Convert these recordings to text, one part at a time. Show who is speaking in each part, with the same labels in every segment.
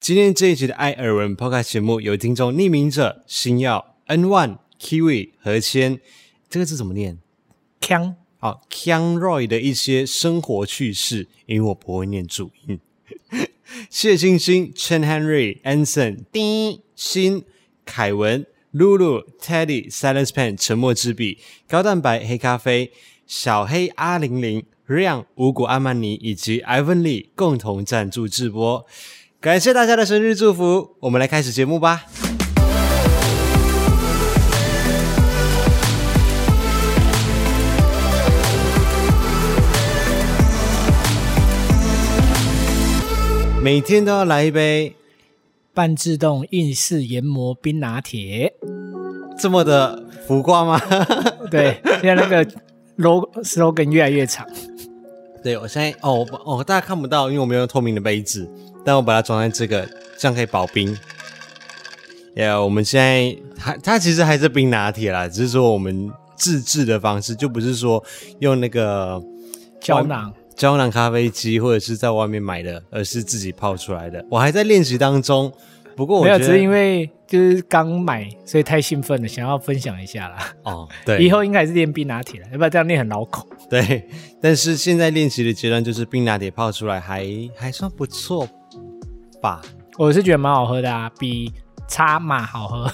Speaker 1: 今天这一集的艾尔文 Podcast 节目有听众匿名者星耀 N One Kiwi 何谦，这个字怎么念？
Speaker 2: 锵，
Speaker 1: 好 k a n Roy 的一些生活趣事，因为我不会念注音。 谢欣欣、Chen Henry、Anson、丁新、凯文、Lulu、Teddy、Silence Pen、沉默之笔、高蛋白黑咖啡、小黑阿玲玲、Ryan、五谷阿曼尼以及 Ivan Lee 共同赞助直播。感谢大家的生日祝福，我们来开始节目吧。每天都要来一杯
Speaker 2: 半自动硬式研磨冰拿铁。
Speaker 1: 这么的浮夸吗？
Speaker 2: 对，现在那个 log slogan 越来越长。
Speaker 1: 对，我现在哦，我把哦，大家看不到，因为我没有透明的杯子，但我把它装在这个，这样可以保冰。呀、我们现在它它其实还是冰拿铁啦，只是说我们自制的方式，就不是说用那个
Speaker 2: 胶囊
Speaker 1: 胶囊咖啡机或者是在外面买的，而是自己泡出来的。我还在练习当中，不过我
Speaker 2: 没有，
Speaker 1: 觉
Speaker 2: 只
Speaker 1: 得
Speaker 2: 是因为就是刚买，所以太兴奋了，想要分享一下啦。
Speaker 1: 哦，对，
Speaker 2: 以后应该还是练冰拿铁了，要不然这样练很老口。
Speaker 1: 对，但是现在练习的阶段就是冰拿铁泡出来还还算不错吧。
Speaker 2: 我是觉得蛮好喝的啊，比茶马好喝，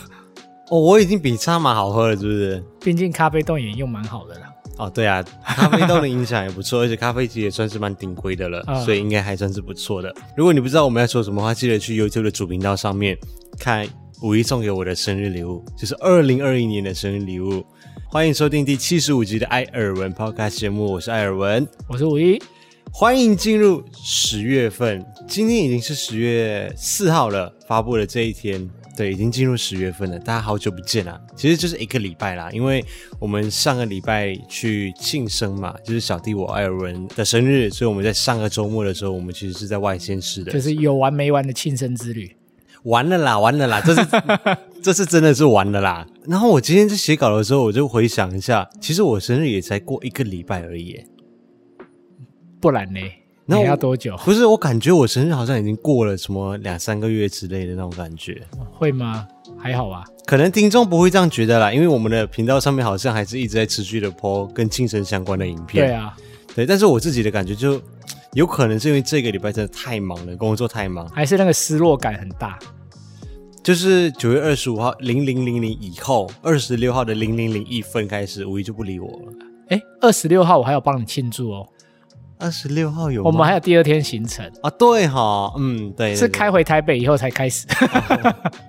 Speaker 1: 哦，我已经比差玛好喝了，是不是？
Speaker 2: 毕竟咖啡豆也用蛮好的啦。
Speaker 1: 哦，对啊，咖啡豆的影响也不错，而且咖啡机也算是蛮顶规的了，
Speaker 2: 嗯
Speaker 1: 所以应该还算是不错的。如果你不知道我们要说什么话，记得去 YouTube 的主频道上面看五一送给我的生日礼物，就是二零二一年的生日礼物。欢迎收听第七十五集的艾尔文 Podcast 节目，我是艾尔文，
Speaker 2: 我是五一，
Speaker 1: 欢迎进入十月份，今天已经是十月四号了，发布的这一天，对，已经进入十月份了，大家好久不见啦，其实就是一个礼拜啦，因为我们上个礼拜去庆生嘛，就是小弟我艾尔文的生日，所以我们在上个周末的时候，我们其实是在外县市的，
Speaker 2: 就是有完没完的庆生之旅。
Speaker 1: 完了啦，完了啦，这 是这是真的是完了啦。然后我今天在写稿的时候，我就回想一下，其实我生日也才过一个礼拜而已耶，
Speaker 2: 不然呢？
Speaker 1: 那
Speaker 2: 你
Speaker 1: 我
Speaker 2: 要多久？
Speaker 1: 不是，我感觉我生日好像已经过了什么两三个月之类的那种感觉，
Speaker 2: 会吗？还好吧。
Speaker 1: 可能听众不会这样觉得啦，因为我们的频道上面好像还是一直在持续的播跟精神相关的影片。
Speaker 2: 对啊，
Speaker 1: 对，但是我自己的感觉就，有可能是因为这个礼拜真的太忙了，工作太忙，
Speaker 2: 还是那个失落感很大。
Speaker 1: 就是九月二十五号零零零零以后，二十六号的零零零一分开始，五一就不理我了。
Speaker 2: 哎，二十六号我还有帮你庆祝哦，
Speaker 1: 二十六号有吗？
Speaker 2: 我们还有第二天行程，
Speaker 1: 啊，对哈，嗯，对，对对
Speaker 2: 是开回台北以后才开始。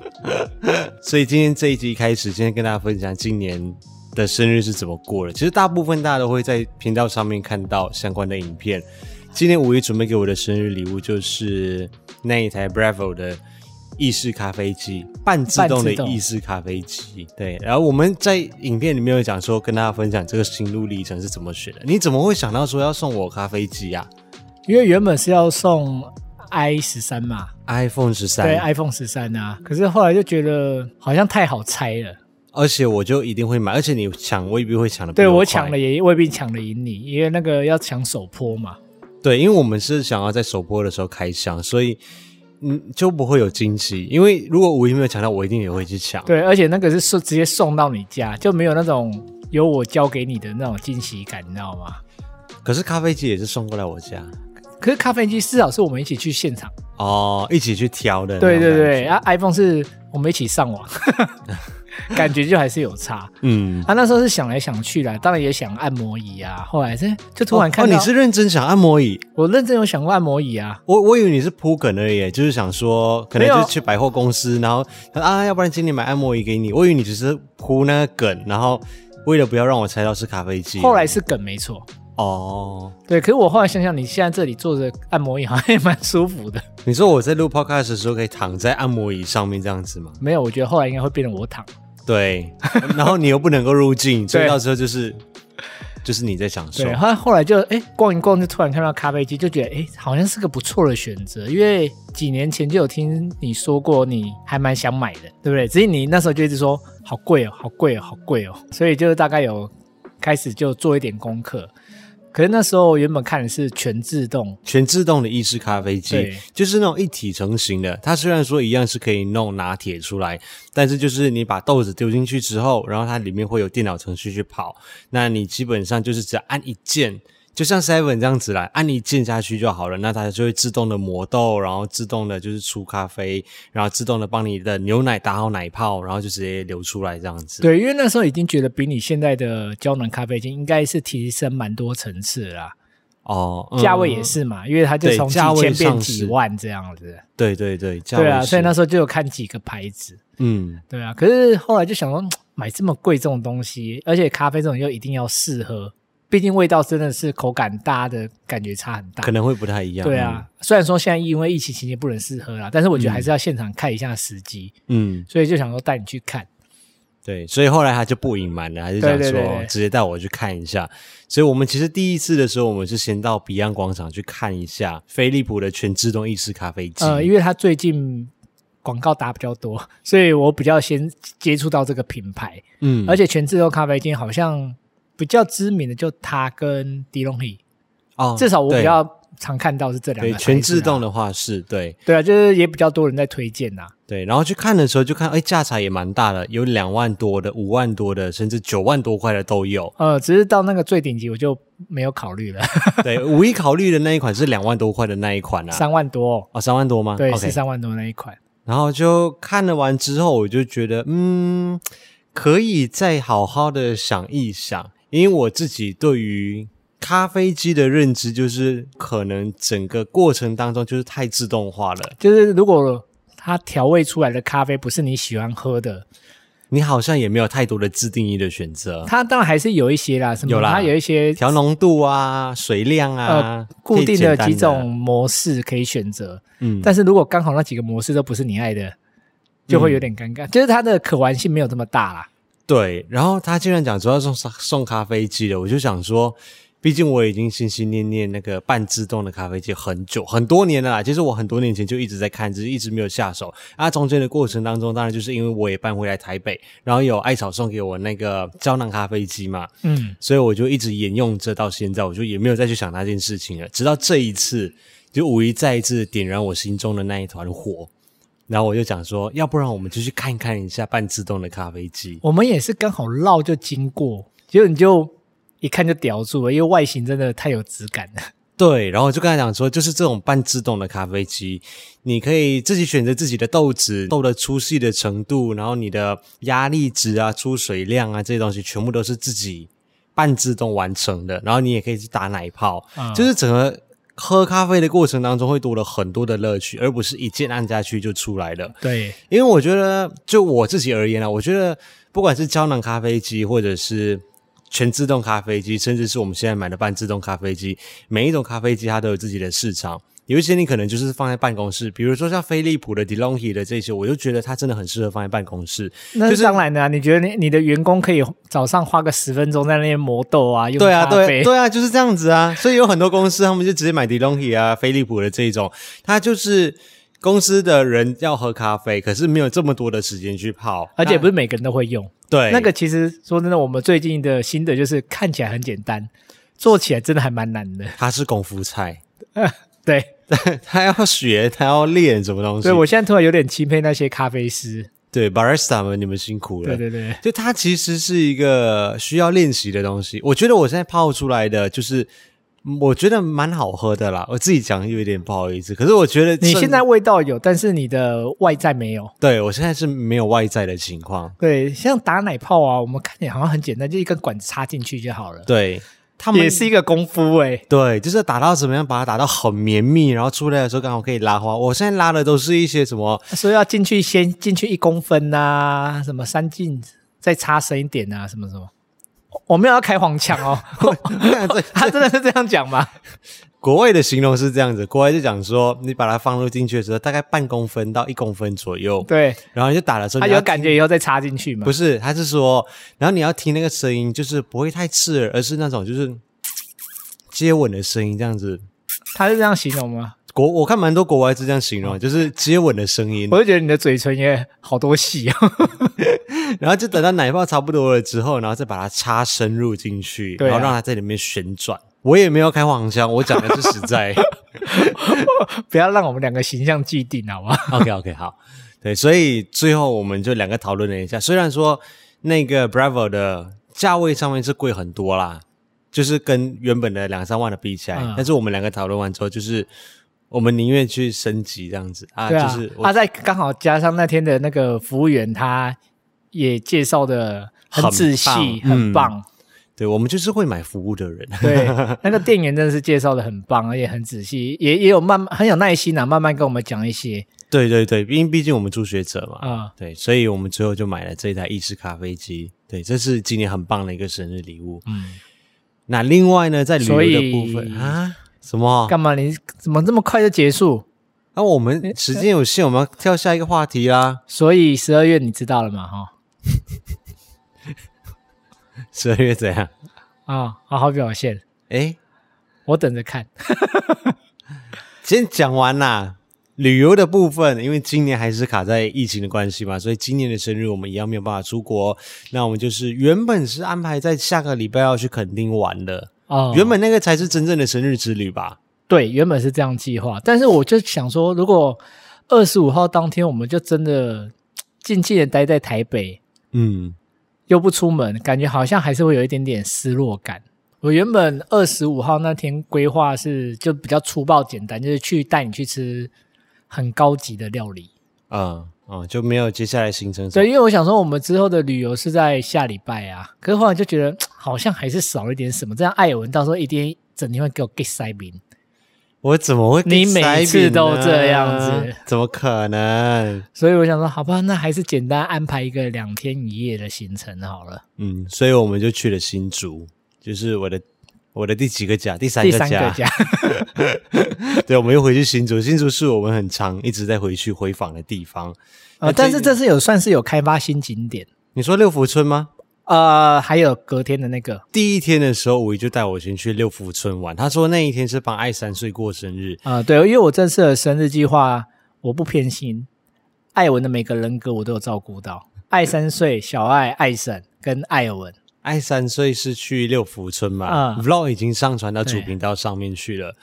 Speaker 1: 所以今天这一集开始，今天跟大家分享今年的生日是怎么过的。其实大部分大家都会在频道上面看到相关的影片。今年五一准备给我的生日礼物就是那一台 Bravo 的意式咖啡机，半自动的
Speaker 2: 半自动
Speaker 1: 意式咖啡机。对，然后我们在影片里面有讲说，跟大家分享这个心路历程是怎么学的。你怎么会想到说要送我咖啡机啊
Speaker 2: 因为原本是要送 i 十三嘛，
Speaker 1: ？iPhone 十
Speaker 2: 对
Speaker 1: 三，
Speaker 2: iPhone 十三啊，可是后来就觉得好像太好猜了，
Speaker 1: 而且我就一定会买，而且你抢未必会抢的。
Speaker 2: 对我抢了也未必抢得赢你，因为那个要抢首播嘛。
Speaker 1: 对，因为我们是想要在首播的时候开箱，所以嗯就不会有惊喜。因为如果五一没有抢到，我一定也会去抢。
Speaker 2: 对，而且那个是送直接送到你家，就没有那种由我交给你的那种惊喜感，你知道吗？
Speaker 1: 可是咖啡机也是送过来我家
Speaker 2: 可是咖啡机至少是我们一起去现场，
Speaker 1: 哦，一起去挑的。
Speaker 2: 对对对，，啊，iPhone 是我们一起上网， 感觉就还是有差。
Speaker 1: 嗯。
Speaker 2: 啊，那时候是想来想去啦，当然也想按摩椅啊。后来是就突然看
Speaker 1: 哦
Speaker 2: 到，
Speaker 1: 哦，你是认真想按摩椅？
Speaker 2: 我认真有想过按摩椅啊，
Speaker 1: 我我以为你是铺梗而已，欸就是想说可能
Speaker 2: 没有
Speaker 1: 就是去百货公司，然后啊，要不然今天买按摩椅给你。我以为你只是铺那个梗，然后为了不要让我猜到是咖啡机。
Speaker 2: 后来是梗没错。
Speaker 1: 哦，
Speaker 2: 对，可是我后来想想，你现在这里坐着按摩椅好像也蛮舒服的。
Speaker 1: 你说我在录 podcast 的时候可以躺在按摩椅上面这样子吗？
Speaker 2: 没有，我觉得后来应该会变成我躺。
Speaker 1: 对，然后你又不能够入 境，所以
Speaker 2: 对
Speaker 1: 到时候就是就是你在享受
Speaker 2: 对，后来后来就哎逛一逛，就突然看到咖啡机，就觉得哎好像是个不错的选择，因为几年前就有听你说过，你还蛮想买的，对不对？只是你那时候就一直说好哦贵哦，好贵哦，好贵哦，所以就大概有开始就做一点功课。可是那时候原本看的是全自动，
Speaker 1: 全自动的意式咖啡机
Speaker 2: 对，
Speaker 1: 就是那种一体成型的。它虽然说一样是可以弄拿铁出来，但是就是你把豆子丢进去之后，然后它里面会有电脑程序去跑，那你基本上就是只要按一键。就像 Seven 这样子来按一键下去就好了，那它就会自动的磨豆，然后自动的就是出咖啡，然后自动的帮你的牛奶打好奶泡，然后就直接流出来这样子。
Speaker 2: 对，因为那时候已经觉得比你现在的胶囊咖啡机应该是提升蛮多层次了啦，
Speaker 1: 哦，嗯
Speaker 2: 价位也是嘛，因为它就
Speaker 1: 对
Speaker 2: 从几
Speaker 1: 价位
Speaker 2: 千变
Speaker 1: 上
Speaker 2: 几
Speaker 1: 市
Speaker 2: 万这样子，
Speaker 1: 对对对，价
Speaker 2: 对
Speaker 1: 位
Speaker 2: 啊，
Speaker 1: 是
Speaker 2: 所以那时候就有看几个牌子，
Speaker 1: 嗯，
Speaker 2: 对啊，可是后来就想说，嗯买这么贵这种东西，而且咖啡这种又一定要试喝，毕竟味道真的是口感大家的感觉差很大
Speaker 1: 可。能会不太一样。
Speaker 2: 啊对啊，虽然说现在因为疫情期间不能试喝啦，但是我觉得
Speaker 1: 嗯
Speaker 2: 还是要现场看一下时机，
Speaker 1: 嗯，嗯，
Speaker 2: 所以就想说带你去看。
Speaker 1: 对，所以后来他就不隐瞒了，他就讲
Speaker 2: 对对对
Speaker 1: 说
Speaker 2: 对
Speaker 1: 直接带我去看一下。所以我们其实第一次的时候，我们是先到 Beyond 广场去看一下飞利浦的全自动意式咖啡机。
Speaker 2: 呃，因为它最近广告打比较多，所以我比较先接触到这个品牌，
Speaker 1: 嗯，
Speaker 2: 而且全自动咖啡厅好像比较知名的就它跟迪龙 e
Speaker 1: 哦
Speaker 2: 至少我比
Speaker 1: 对
Speaker 2: 较常看到是这两
Speaker 1: 对
Speaker 2: 个、
Speaker 1: 全自动，的话是对
Speaker 2: 对啊，就是也比较多人在推荐啊呐、。
Speaker 1: 对。然后去看的时候就看，哎，价差也蛮大的，有两万多的、五万多的，甚至九万多块的都有
Speaker 2: 呃，只是到那个最顶级我就没有考虑了，
Speaker 1: 对，五一考虑的那一款是两万多块的那一款啊。
Speaker 2: 三万多哦、
Speaker 1: 哦，三万多吗？
Speaker 2: 对，
Speaker 1: o
Speaker 2: 是
Speaker 1: k
Speaker 2: 三万多那一款。
Speaker 1: 然后就看了完之后，我就觉得，嗯，可以再好好的想一想，因为我自己对于咖啡机的认知就是，可能整个过程当中就是太自动化了，
Speaker 2: 就是如果它调味出来的咖啡不是你喜欢喝的，
Speaker 1: 你好像也没有太多的自定义的选择，
Speaker 2: 它当然还是有一些啦，什么
Speaker 1: 有啦
Speaker 2: 它有一些
Speaker 1: 调浓度啊、水量啊
Speaker 2: 呃，固
Speaker 1: 可以
Speaker 2: 定
Speaker 1: 简
Speaker 2: 的
Speaker 1: 单
Speaker 2: 几种，模式可以选择，
Speaker 1: 嗯，
Speaker 2: 但是如果刚好那几个模式都不是你爱的，就
Speaker 1: 嗯
Speaker 2: 会有点尴尬，就是它的可玩性没有这么大啦。
Speaker 1: 对，然后他竟然讲说要送送咖啡机了，我就想说，毕竟我已经心心念念那个半自动的咖啡机很久很多年了啦。其实我很多年前就一直在看，只是一直没有下手。啊，中间的过程当中，当然就是因为我也搬回来台北，然后有艾草送给我那个胶囊咖啡机嘛，
Speaker 2: 嗯，
Speaker 1: 所以我就一直沿用这到现在，我就也没有再去想那件事情了。直到这一次，就五一再一次点燃我心中的那一团火。然后我就讲说，要不然我们就去看看一下半自动的咖啡机。
Speaker 2: 我们也是刚好绕就经过，结果你就一看就叼住了，因为外形真的太有质感了。
Speaker 1: 对，然后我就跟他讲说，就是这种半自动的咖啡机，你可以自己选择自己的豆子、豆的粗细的程度，然后你的压力值啊、出水量啊这些东西，全部都是自己半自动完成的。然后你也可以去打奶泡，
Speaker 2: 嗯
Speaker 1: 就是整个喝咖啡的过程当中会多了很多的乐趣，而不是一键按下去就出来了。
Speaker 2: 对，
Speaker 1: 因为我觉得，就我自己而言啊，我觉得不管是胶囊咖啡机，或者是全自动咖啡机，甚至是我们现在买的半自动咖啡机，每一种咖啡机它都有自己的市场。有一些你可能就是放在办公室，比如说像飞利浦的、DeLonghi 的这些，我就觉得它真的很适合放在办公室。
Speaker 2: 那
Speaker 1: 就是
Speaker 2: 是当然的、啊。你觉得你你的员工可以早上花个十分钟在那边磨豆啊，用
Speaker 1: 对啊，
Speaker 2: 咖啡
Speaker 1: 对对啊，就是这样子啊。所以有很多公司他们就直接买 DeLonghi 啊、飞利浦的这一种，它就是公司的人要喝咖啡，可是没有这么多的时间去泡，
Speaker 2: 而且不
Speaker 1: 是
Speaker 2: 是每个人都会用。
Speaker 1: 哎对
Speaker 2: 那个其实说真的，我们最近的新的就是看起来很简单，做起来真的还蛮难的。
Speaker 1: 它是功夫菜。
Speaker 2: 对，
Speaker 1: 他要学，他要练什么东西？
Speaker 2: 所以我现在突然有点钦佩那些咖啡师。
Speaker 1: 对 barista 们，你们辛苦了。
Speaker 2: 对对对，
Speaker 1: 就它其实是一个需要练习的东西。我觉得我现在泡出来的就是，嗯我觉得蛮好喝的啦。我自己讲又有点不好意思，可是我觉得
Speaker 2: 你
Speaker 1: 正
Speaker 2: 现在味道有，但是你的外在没有。
Speaker 1: 对我现在是没有外在的情况。
Speaker 2: 对，像打奶泡啊，我们看起来好像很简单，就一根管子插进去就好了。
Speaker 1: 对他们
Speaker 2: 也是一个功夫哎、
Speaker 1: 对，就是打到怎么样，把它打到很绵密，然后出来的时候刚好可以拉花。我现在拉的都是一些什么
Speaker 2: 所以要进去先进去一公分呐、什么三进再插深一点啊，什么什么。我没有要开黄腔 哦，他真的是这样讲吗？
Speaker 1: 国外的形容是这样子，国外就讲说，你把它放入进去的时候，大概半公分到一公分左右，
Speaker 2: 对，
Speaker 1: 然后你就打的时候，
Speaker 2: 他
Speaker 1: 你要
Speaker 2: 有感觉以后再插进去嘛
Speaker 1: 不。是，他是说，然后你要听那个声音，就是不会太刺耳，而是那种就是接吻的声音这样子。
Speaker 2: 他是这样形容吗？
Speaker 1: 国我看蛮多国外是这样形容，就是接吻的声音
Speaker 2: 嗯我。就觉得你的嘴唇也好多戏啊。
Speaker 1: 然后就等到奶泡差不多了之后，然后再把它插深入进去，
Speaker 2: 对啊
Speaker 1: 然后让它在里面旋转。我也没有开黄腔，我讲的是实在。
Speaker 2: 不要让我们两个形象既定，好吧？
Speaker 1: OK OK，好，对，所以最后我们就两个讨论了一下，虽然说那个 Bravo 的价位上面是贵很多啦，就是跟原本的两三万的比起来，
Speaker 2: 嗯
Speaker 1: 但是我们两个讨论完之后，就是我们宁愿去升级这样子啊，
Speaker 2: 对啊，
Speaker 1: 就是我
Speaker 2: 他在刚好加上那天的那个服务员，他也介绍的很仔细，
Speaker 1: 很棒嗯
Speaker 2: 很棒。
Speaker 1: 对我们就是会买服务的人，
Speaker 2: 对，那个店员真的是介绍的很棒，而且很仔细，也也有慢慢很有耐心啊，慢慢跟我们讲一些
Speaker 1: 对对对，因为毕竟我们初学者嘛，
Speaker 2: 啊、
Speaker 1: 对，所以我们最后就买了这一台意式咖啡机，对，这是今年很棒的一个生日礼物。
Speaker 2: 嗯，
Speaker 1: 那另外呢，在旅游
Speaker 2: 所
Speaker 1: 的
Speaker 2: 以
Speaker 1: 部分啊，什么？
Speaker 2: 干嘛你怎么这么快就结束？
Speaker 1: 那、我们时间有限，我们要跳下一个话题啦。
Speaker 2: 所以十二月你知道了嘛？哈、
Speaker 1: 十二月怎样？
Speaker 2: 啊，好好表现，
Speaker 1: 哎，
Speaker 2: 我等着看。
Speaker 1: 先讲完啦。旅游的部分，因为今年还是卡在疫情的关系嘛，所以今年的生日我们一样没有办法出国。哦那我们就是原本是安排在下个礼拜要去垦丁玩的，
Speaker 2: 哦，
Speaker 1: 原本那个才是真正的生日之旅吧？
Speaker 2: 对原本是这样计划，但是我就想说，如果二十五号当天我们就真的静静的待在台北，
Speaker 1: 嗯，
Speaker 2: 又不出门，感觉好像还是会有一点点失落感。我原本二十五号那天规划是就比较粗暴简单，就是去带你去吃很高级的料理。
Speaker 1: 嗯嗯，就没有接下来行程什么。
Speaker 2: 对，因为我想说我们之后的旅游是在下礼拜啊，可是后来就觉得好像还是少了一点什么，这样艾尔文到时候一定整天会给我 get 塞宾。
Speaker 1: 我怎么会给
Speaker 2: 你每
Speaker 1: 塞
Speaker 2: 次
Speaker 1: 饼
Speaker 2: 都
Speaker 1: 呢
Speaker 2: 这样子？
Speaker 1: 怎么可能？
Speaker 2: 所以我想说，好吧，那还是简单安排一个两天一夜的行程好了。
Speaker 1: 嗯，所以我们就去了新竹，就是我的我的第几个家？第三
Speaker 2: 第
Speaker 1: 个
Speaker 2: 三个家，
Speaker 1: 对，我们又回去新竹。新竹是我们很常一直在回去回访的地方。
Speaker 2: 呃，但是这次有算是有开发新景点，
Speaker 1: 你说六福村吗？
Speaker 2: 呃，还有隔天的那个，
Speaker 1: 第一天的时候，五一就带我先去六福村玩。他说那一天是帮爱三岁过生日。
Speaker 2: 呃，对，因为我这次的生日计划我不偏心，艾文的每个人格我都有照顾到，艾三岁、小艾、艾婶跟艾尔文，
Speaker 1: 爱三岁是去六福村嘛、
Speaker 2: 嗯
Speaker 1: v l o g 已经上传到主
Speaker 2: 对
Speaker 1: 频道上面去了。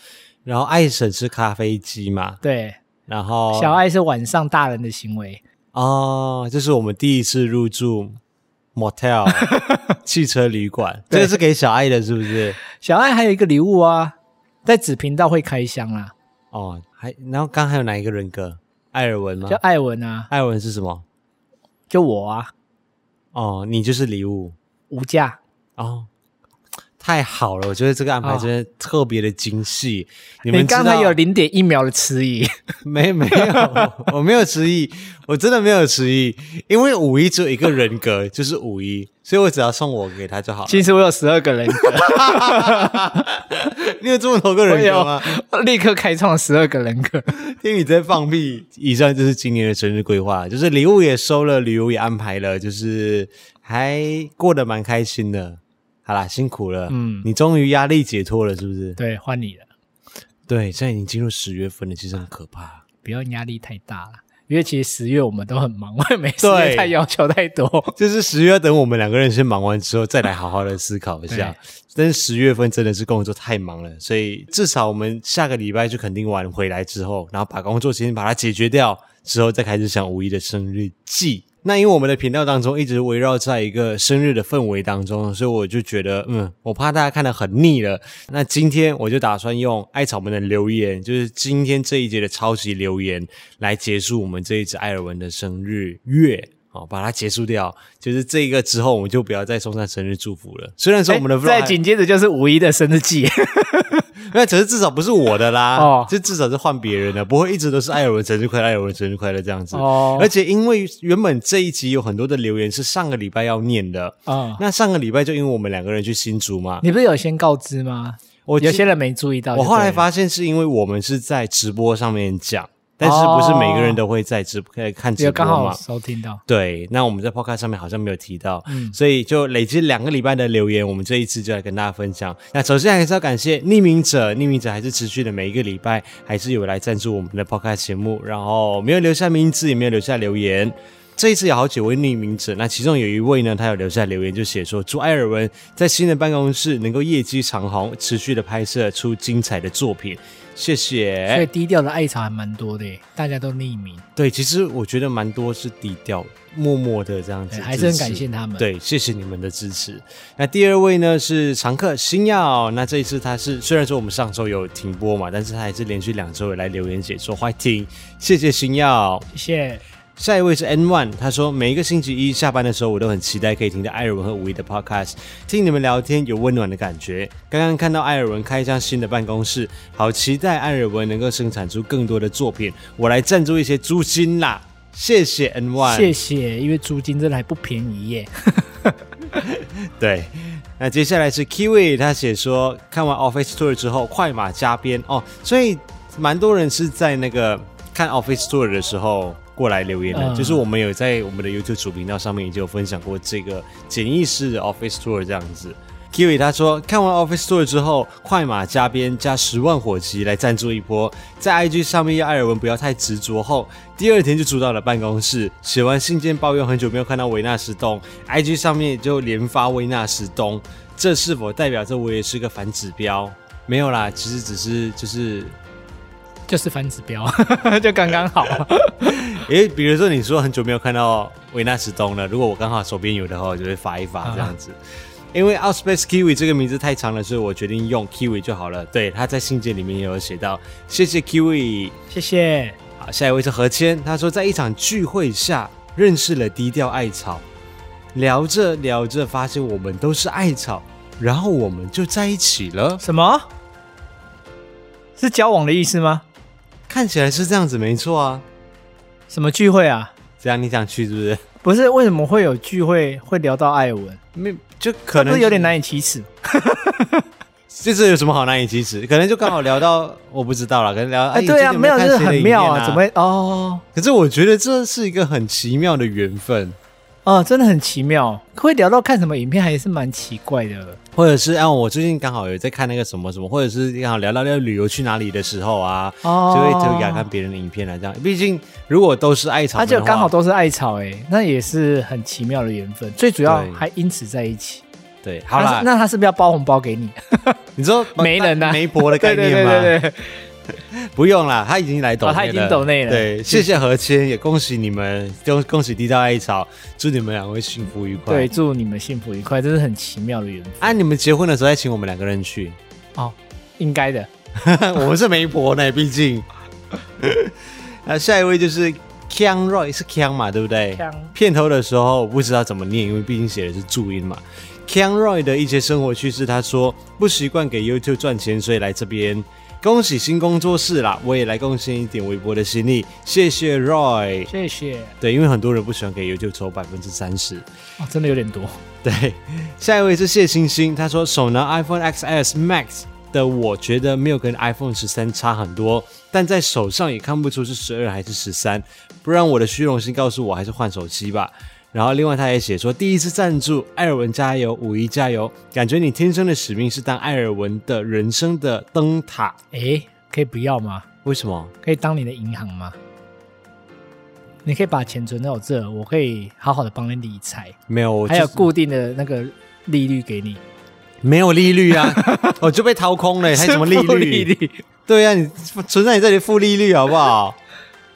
Speaker 1: 然后爱婶是咖啡机嘛，
Speaker 2: 对，
Speaker 1: 然后
Speaker 2: 小艾是晚上大人的行为，
Speaker 1: 哦，这是我们第一次入住 motel 汽车旅馆，这
Speaker 2: 对
Speaker 1: 个是给小爱的，是不是？
Speaker 2: 小艾还有一个礼物啊，在子频道会开箱啊啦、
Speaker 1: 哦，还然后刚还有哪一个人格？艾尔文吗
Speaker 2: 就？艾文啊，
Speaker 1: 艾尔文是什么？
Speaker 2: 就我啊，
Speaker 1: 哦，你就是礼物
Speaker 2: 无价，
Speaker 1: 哦，太好了！我觉得这个安排真的特别的精细。你
Speaker 2: 你
Speaker 1: 们知
Speaker 2: 刚
Speaker 1: 道哦
Speaker 2: 才有零点一秒的迟疑。
Speaker 1: 没没有？我没有迟疑，我真的没有迟疑，因为五一只有一个人格，就是五一，所以我只要送我给他就好了。
Speaker 2: 其实我有十二个人 格，
Speaker 1: 你有这么多个
Speaker 2: 我
Speaker 1: 人格吗？
Speaker 2: 有立刻开创十二个人格。
Speaker 1: 听你在放屁！以上就是今年的生日规划，就是礼物也收了，旅游也安排了，就是还过得蛮开心的。好啦，辛苦了，嗯
Speaker 2: 嗯，
Speaker 1: 你终于压力解脱了，是不是？
Speaker 2: 对，换你了，
Speaker 1: 对，现在已经进入十月份了，其实很可怕。
Speaker 2: 不要压力太大了，因为其实十月我们都很忙，我也没时间
Speaker 1: 对
Speaker 2: 太要求太多。
Speaker 1: 就是十月等我们两个人先忙完之后，再来好好的思考一下。但是十月份真的是工作太忙了，所以至少我们下个礼拜就肯定玩回来之后，然后把工作先把它解决掉，之后再开始想五一的生日季。那因为我们的频道当中一直围绕在一个生日的氛围当中，所以我就觉得，嗯，我怕大家看得很腻了。那今天我就打算用艾草们的留言，就是今天这一节的超级留言，来结束我们这一支艾尔文的生日月。哦，把它结束掉，就是这一个之后，我们就不要再送上生日祝福了。虽然说我们的 vlog
Speaker 2: 再紧接着就是五一的生日季，
Speaker 1: 那可是至少不是我的啦，
Speaker 2: 哦
Speaker 1: 就至少是换别人的，不会一直都是艾尔文生日快乐，艾尔文生日快乐这样子。
Speaker 2: 哦
Speaker 1: 而且因为原本这一集有很多的留言是上个礼拜要念的，
Speaker 2: 啊、
Speaker 1: 那上个礼拜就因为我们两个人去新竹嘛，
Speaker 2: 你不是有先告知吗？
Speaker 1: 我
Speaker 2: 有些人没注意到就
Speaker 1: 我
Speaker 2: 对了。
Speaker 1: 后来发现是因为我们是在直播上面讲，但是不是每个人都会在直可以看直
Speaker 2: 有
Speaker 1: 播
Speaker 2: 哦刚好
Speaker 1: 嘛？
Speaker 2: 收听到，
Speaker 1: 对，那我们在 Podcast 上面好像没有提到，
Speaker 2: 嗯
Speaker 1: 所以就累积两个礼拜的留言，我们这一次就来跟大家分享。那首先还是要感谢匿名者，匿名者还是持续的每一个礼拜还是有来赞助我们的 Podcast 节目，然后没有留下名字，也没有留下留言。这一次有好几位匿名者，那其中有一位呢，他有留下留言，就写说祝埃尔文在新的办公室能够业绩长虹，持续的拍摄出精彩的作品。谢
Speaker 2: 所以
Speaker 1: 谢。
Speaker 2: 低调的艾草还蛮多的耶，大家都匿名，
Speaker 1: 对，其实我觉得蛮多是低调、默默的这样子
Speaker 2: 对，
Speaker 1: 支持，
Speaker 2: 哎还是很感谢他们。，
Speaker 1: 对，谢谢你们的支持。那第二位呢是常客星耀，那这一次他是虽然说我们上周有停播嘛，但是他还是连续两周有来留言解说欢迎，谢谢星耀。
Speaker 2: 谢谢。
Speaker 1: 下一位是 N One，他说每一个星期一下班的时候，我都很期待可以听到艾尔文和五一的 Podcast，听你们聊天有温暖的感觉。刚刚看到艾尔文开一张新的办公室，好期待艾尔文能够生产出更多的作品，我来赞助一些猪心啦，谢谢 N One，
Speaker 2: 谢谢，因为租金真的还不便宜耶。
Speaker 1: 对，那接下来是 Kiwi，他写说看完 Office Tour 之后快马加鞭哦，所以蛮多人是在那个看 Office Tour 的时候过来留言的，
Speaker 2: 嗯
Speaker 1: 就是我们有在我们的 YouTube 主频道上面已经有分享过这个简易式的 Office Tour 这样子。Kiwi 他说看完 Office Tour 之后，快马加鞭加十万火急来赞助一波，在 IG 上面要艾尔文不要太执着后，第二天就住到了办公室，写完信件抱怨很久没有看到维纳斯洞，IG 上面就连发维纳斯洞，这是否代表着我也是个反指标？没有啦，其实只是就是，
Speaker 2: 就是反指标， 就刚刚 好。
Speaker 1: 诶，比如说你说很久没有看到维纳斯洞了，如果我刚好手边有的话，我就会发一
Speaker 2: 啊
Speaker 1: 发这样子。因为 Outspace Kiwi 这个名字太长了，所以我决定用 Kiwi 就好了。对，他在信件里面也有写到，谢谢 Kiwi。
Speaker 2: 谢谢，
Speaker 1: 好，下一位是何谦，他说在一场聚会下认识了低调艾草，聊着聊着发现我们都是艾草，然后我们就在一起了。
Speaker 2: 什么？是交往的意思吗？
Speaker 1: 看起来是这样子，没错啊。
Speaker 2: 什么聚会啊？
Speaker 1: 这样你想去是不是？
Speaker 2: 不是，为什么会有聚会会聊到艾文？
Speaker 1: 没，就可
Speaker 2: 不
Speaker 1: 能
Speaker 2: 是有点，难以启齿。
Speaker 1: 这这有什么好难以启齿？可能就刚好聊到，我不知道了，可能聊到
Speaker 2: 哎，对啊，没有，就是很妙啊，怎么？
Speaker 1: 哎你最近有没有看谁的影片
Speaker 2: 会？哦
Speaker 1: 可是我觉得这是一个很奇妙的缘分，
Speaker 2: 哦，真的很奇妙，会聊到看什么影片，还是蛮奇怪的。
Speaker 1: 或者是啊，我最近刚好有在看那个什么什么，或者是刚好聊到要旅游去哪里的时候啊，
Speaker 2: 哦
Speaker 1: 就会就给他看别人的影片来啊这样。毕竟如果都是爱草
Speaker 2: 而
Speaker 1: 们的
Speaker 2: 且
Speaker 1: 话，
Speaker 2: 啊刚好都是艾草、哎，那也是很奇妙的缘分。最主要
Speaker 1: 对
Speaker 2: 还因此在一起。
Speaker 1: 对，好啦，
Speaker 2: 啊那是那他是不是要包红包给你？
Speaker 1: 你说
Speaker 2: 媒 人啊
Speaker 1: 媒婆的 概念吗？
Speaker 2: 对对对 对对，
Speaker 1: 不用啦，他已经来抖内了、
Speaker 2: 哦他已经抖内了
Speaker 1: 对，谢谢何谦，也恭喜你们，恭恭喜地道艾草，祝你们两位幸福愉快。
Speaker 2: 对，，祝你们幸福愉快，这是很奇妙的缘分。
Speaker 1: 啊，你们结婚的时候再请我们两个人去，
Speaker 2: 哦，应该的。
Speaker 1: 我们是媒婆 呢，毕竟。那啊下一位就是 Kang Roy，是 Kang 嘛，对不对
Speaker 2: Kang
Speaker 1: 片头的时候我不知道怎么念，因为毕竟写的是注音嘛。Kang Roy 的一些生活趣事，他说不习惯给 YouTube 赚钱，所以来这边。恭喜新工作室啦！我也来贡献一点微薄的心力，谢谢 Roy。
Speaker 2: 谢谢。
Speaker 1: 对，因为很多人不喜欢给 YouTube 抽百分之三十。
Speaker 2: 哦，真的有点多。
Speaker 1: 对，下一位是谢星星，他说手拿 iPhone XS Max 的，我觉得没有跟 iPhone 十三差很多，但在手上也看不出是十二还是十三，不然我的虚荣心告诉我还是换手机吧。然后另外他也写说，第一次赞助艾尔文加油，五一加油，感觉你天生的使命是当艾尔文的人生的灯塔。
Speaker 2: 哎，可以不要吗？
Speaker 1: 为什么？
Speaker 2: 可以当你的银行吗？你可以把钱存在我这，我可以好好的帮你理财，
Speaker 1: 没有，我
Speaker 2: 还有
Speaker 1: 就是
Speaker 2: 固定的那个利率给你。
Speaker 1: 没有利率啊， 我就被掏空了，还有什 么利
Speaker 2: 负
Speaker 1: 率？
Speaker 2: 率？
Speaker 1: 对呀、你存在你这里负利率好不 好？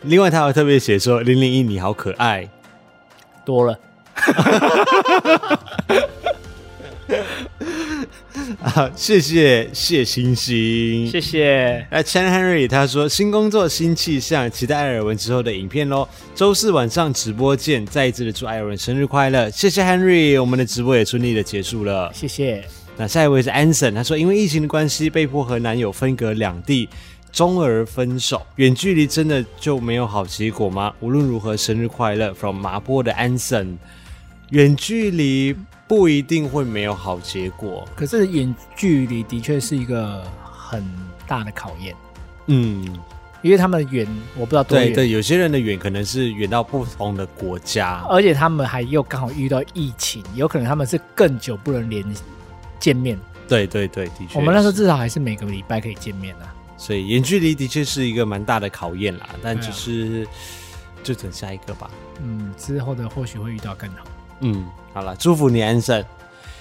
Speaker 1: 另外，他有特别写说：“零零一，你好可爱。
Speaker 2: 多了。”
Speaker 1: 啊，谢谢谢星星，
Speaker 2: 谢谢。
Speaker 1: 那 Chan Henry 他说新工作新气象，期待艾尔文之后的影片喽。周四晚上直播见，再一次的祝艾尔文生日快乐，谢谢 Henry，我们的直播也顺利的结束了。
Speaker 2: 谢谢，
Speaker 1: 那下一位是 Anson，他说因为疫情的关系，被迫和男友分隔两地，终而分手。远距离真的就没有好结果吗？无论如何，生日快乐，from 麻坡的 Anson。远距离不一定会没有好结果，
Speaker 2: 可是远距离的确是一个很大的考验，
Speaker 1: 嗯，
Speaker 2: 因为他们远，我不知道多
Speaker 1: 对
Speaker 2: 远，
Speaker 1: 对，有些人的远可能是远到不同的国家，
Speaker 2: 而且他们还又刚好遇到疫情，有可能他们是更久不能连见面。
Speaker 1: 对对对，的确，
Speaker 2: 我们那时候至少还是每个礼拜可以见面啊。
Speaker 1: 所以远距离的确是一个蛮大的考验啦，但
Speaker 2: 对啊
Speaker 1: 就是、就等下一个吧。
Speaker 2: 嗯，之后的或许会遇到更好。
Speaker 1: 嗯，好了，祝福你安生。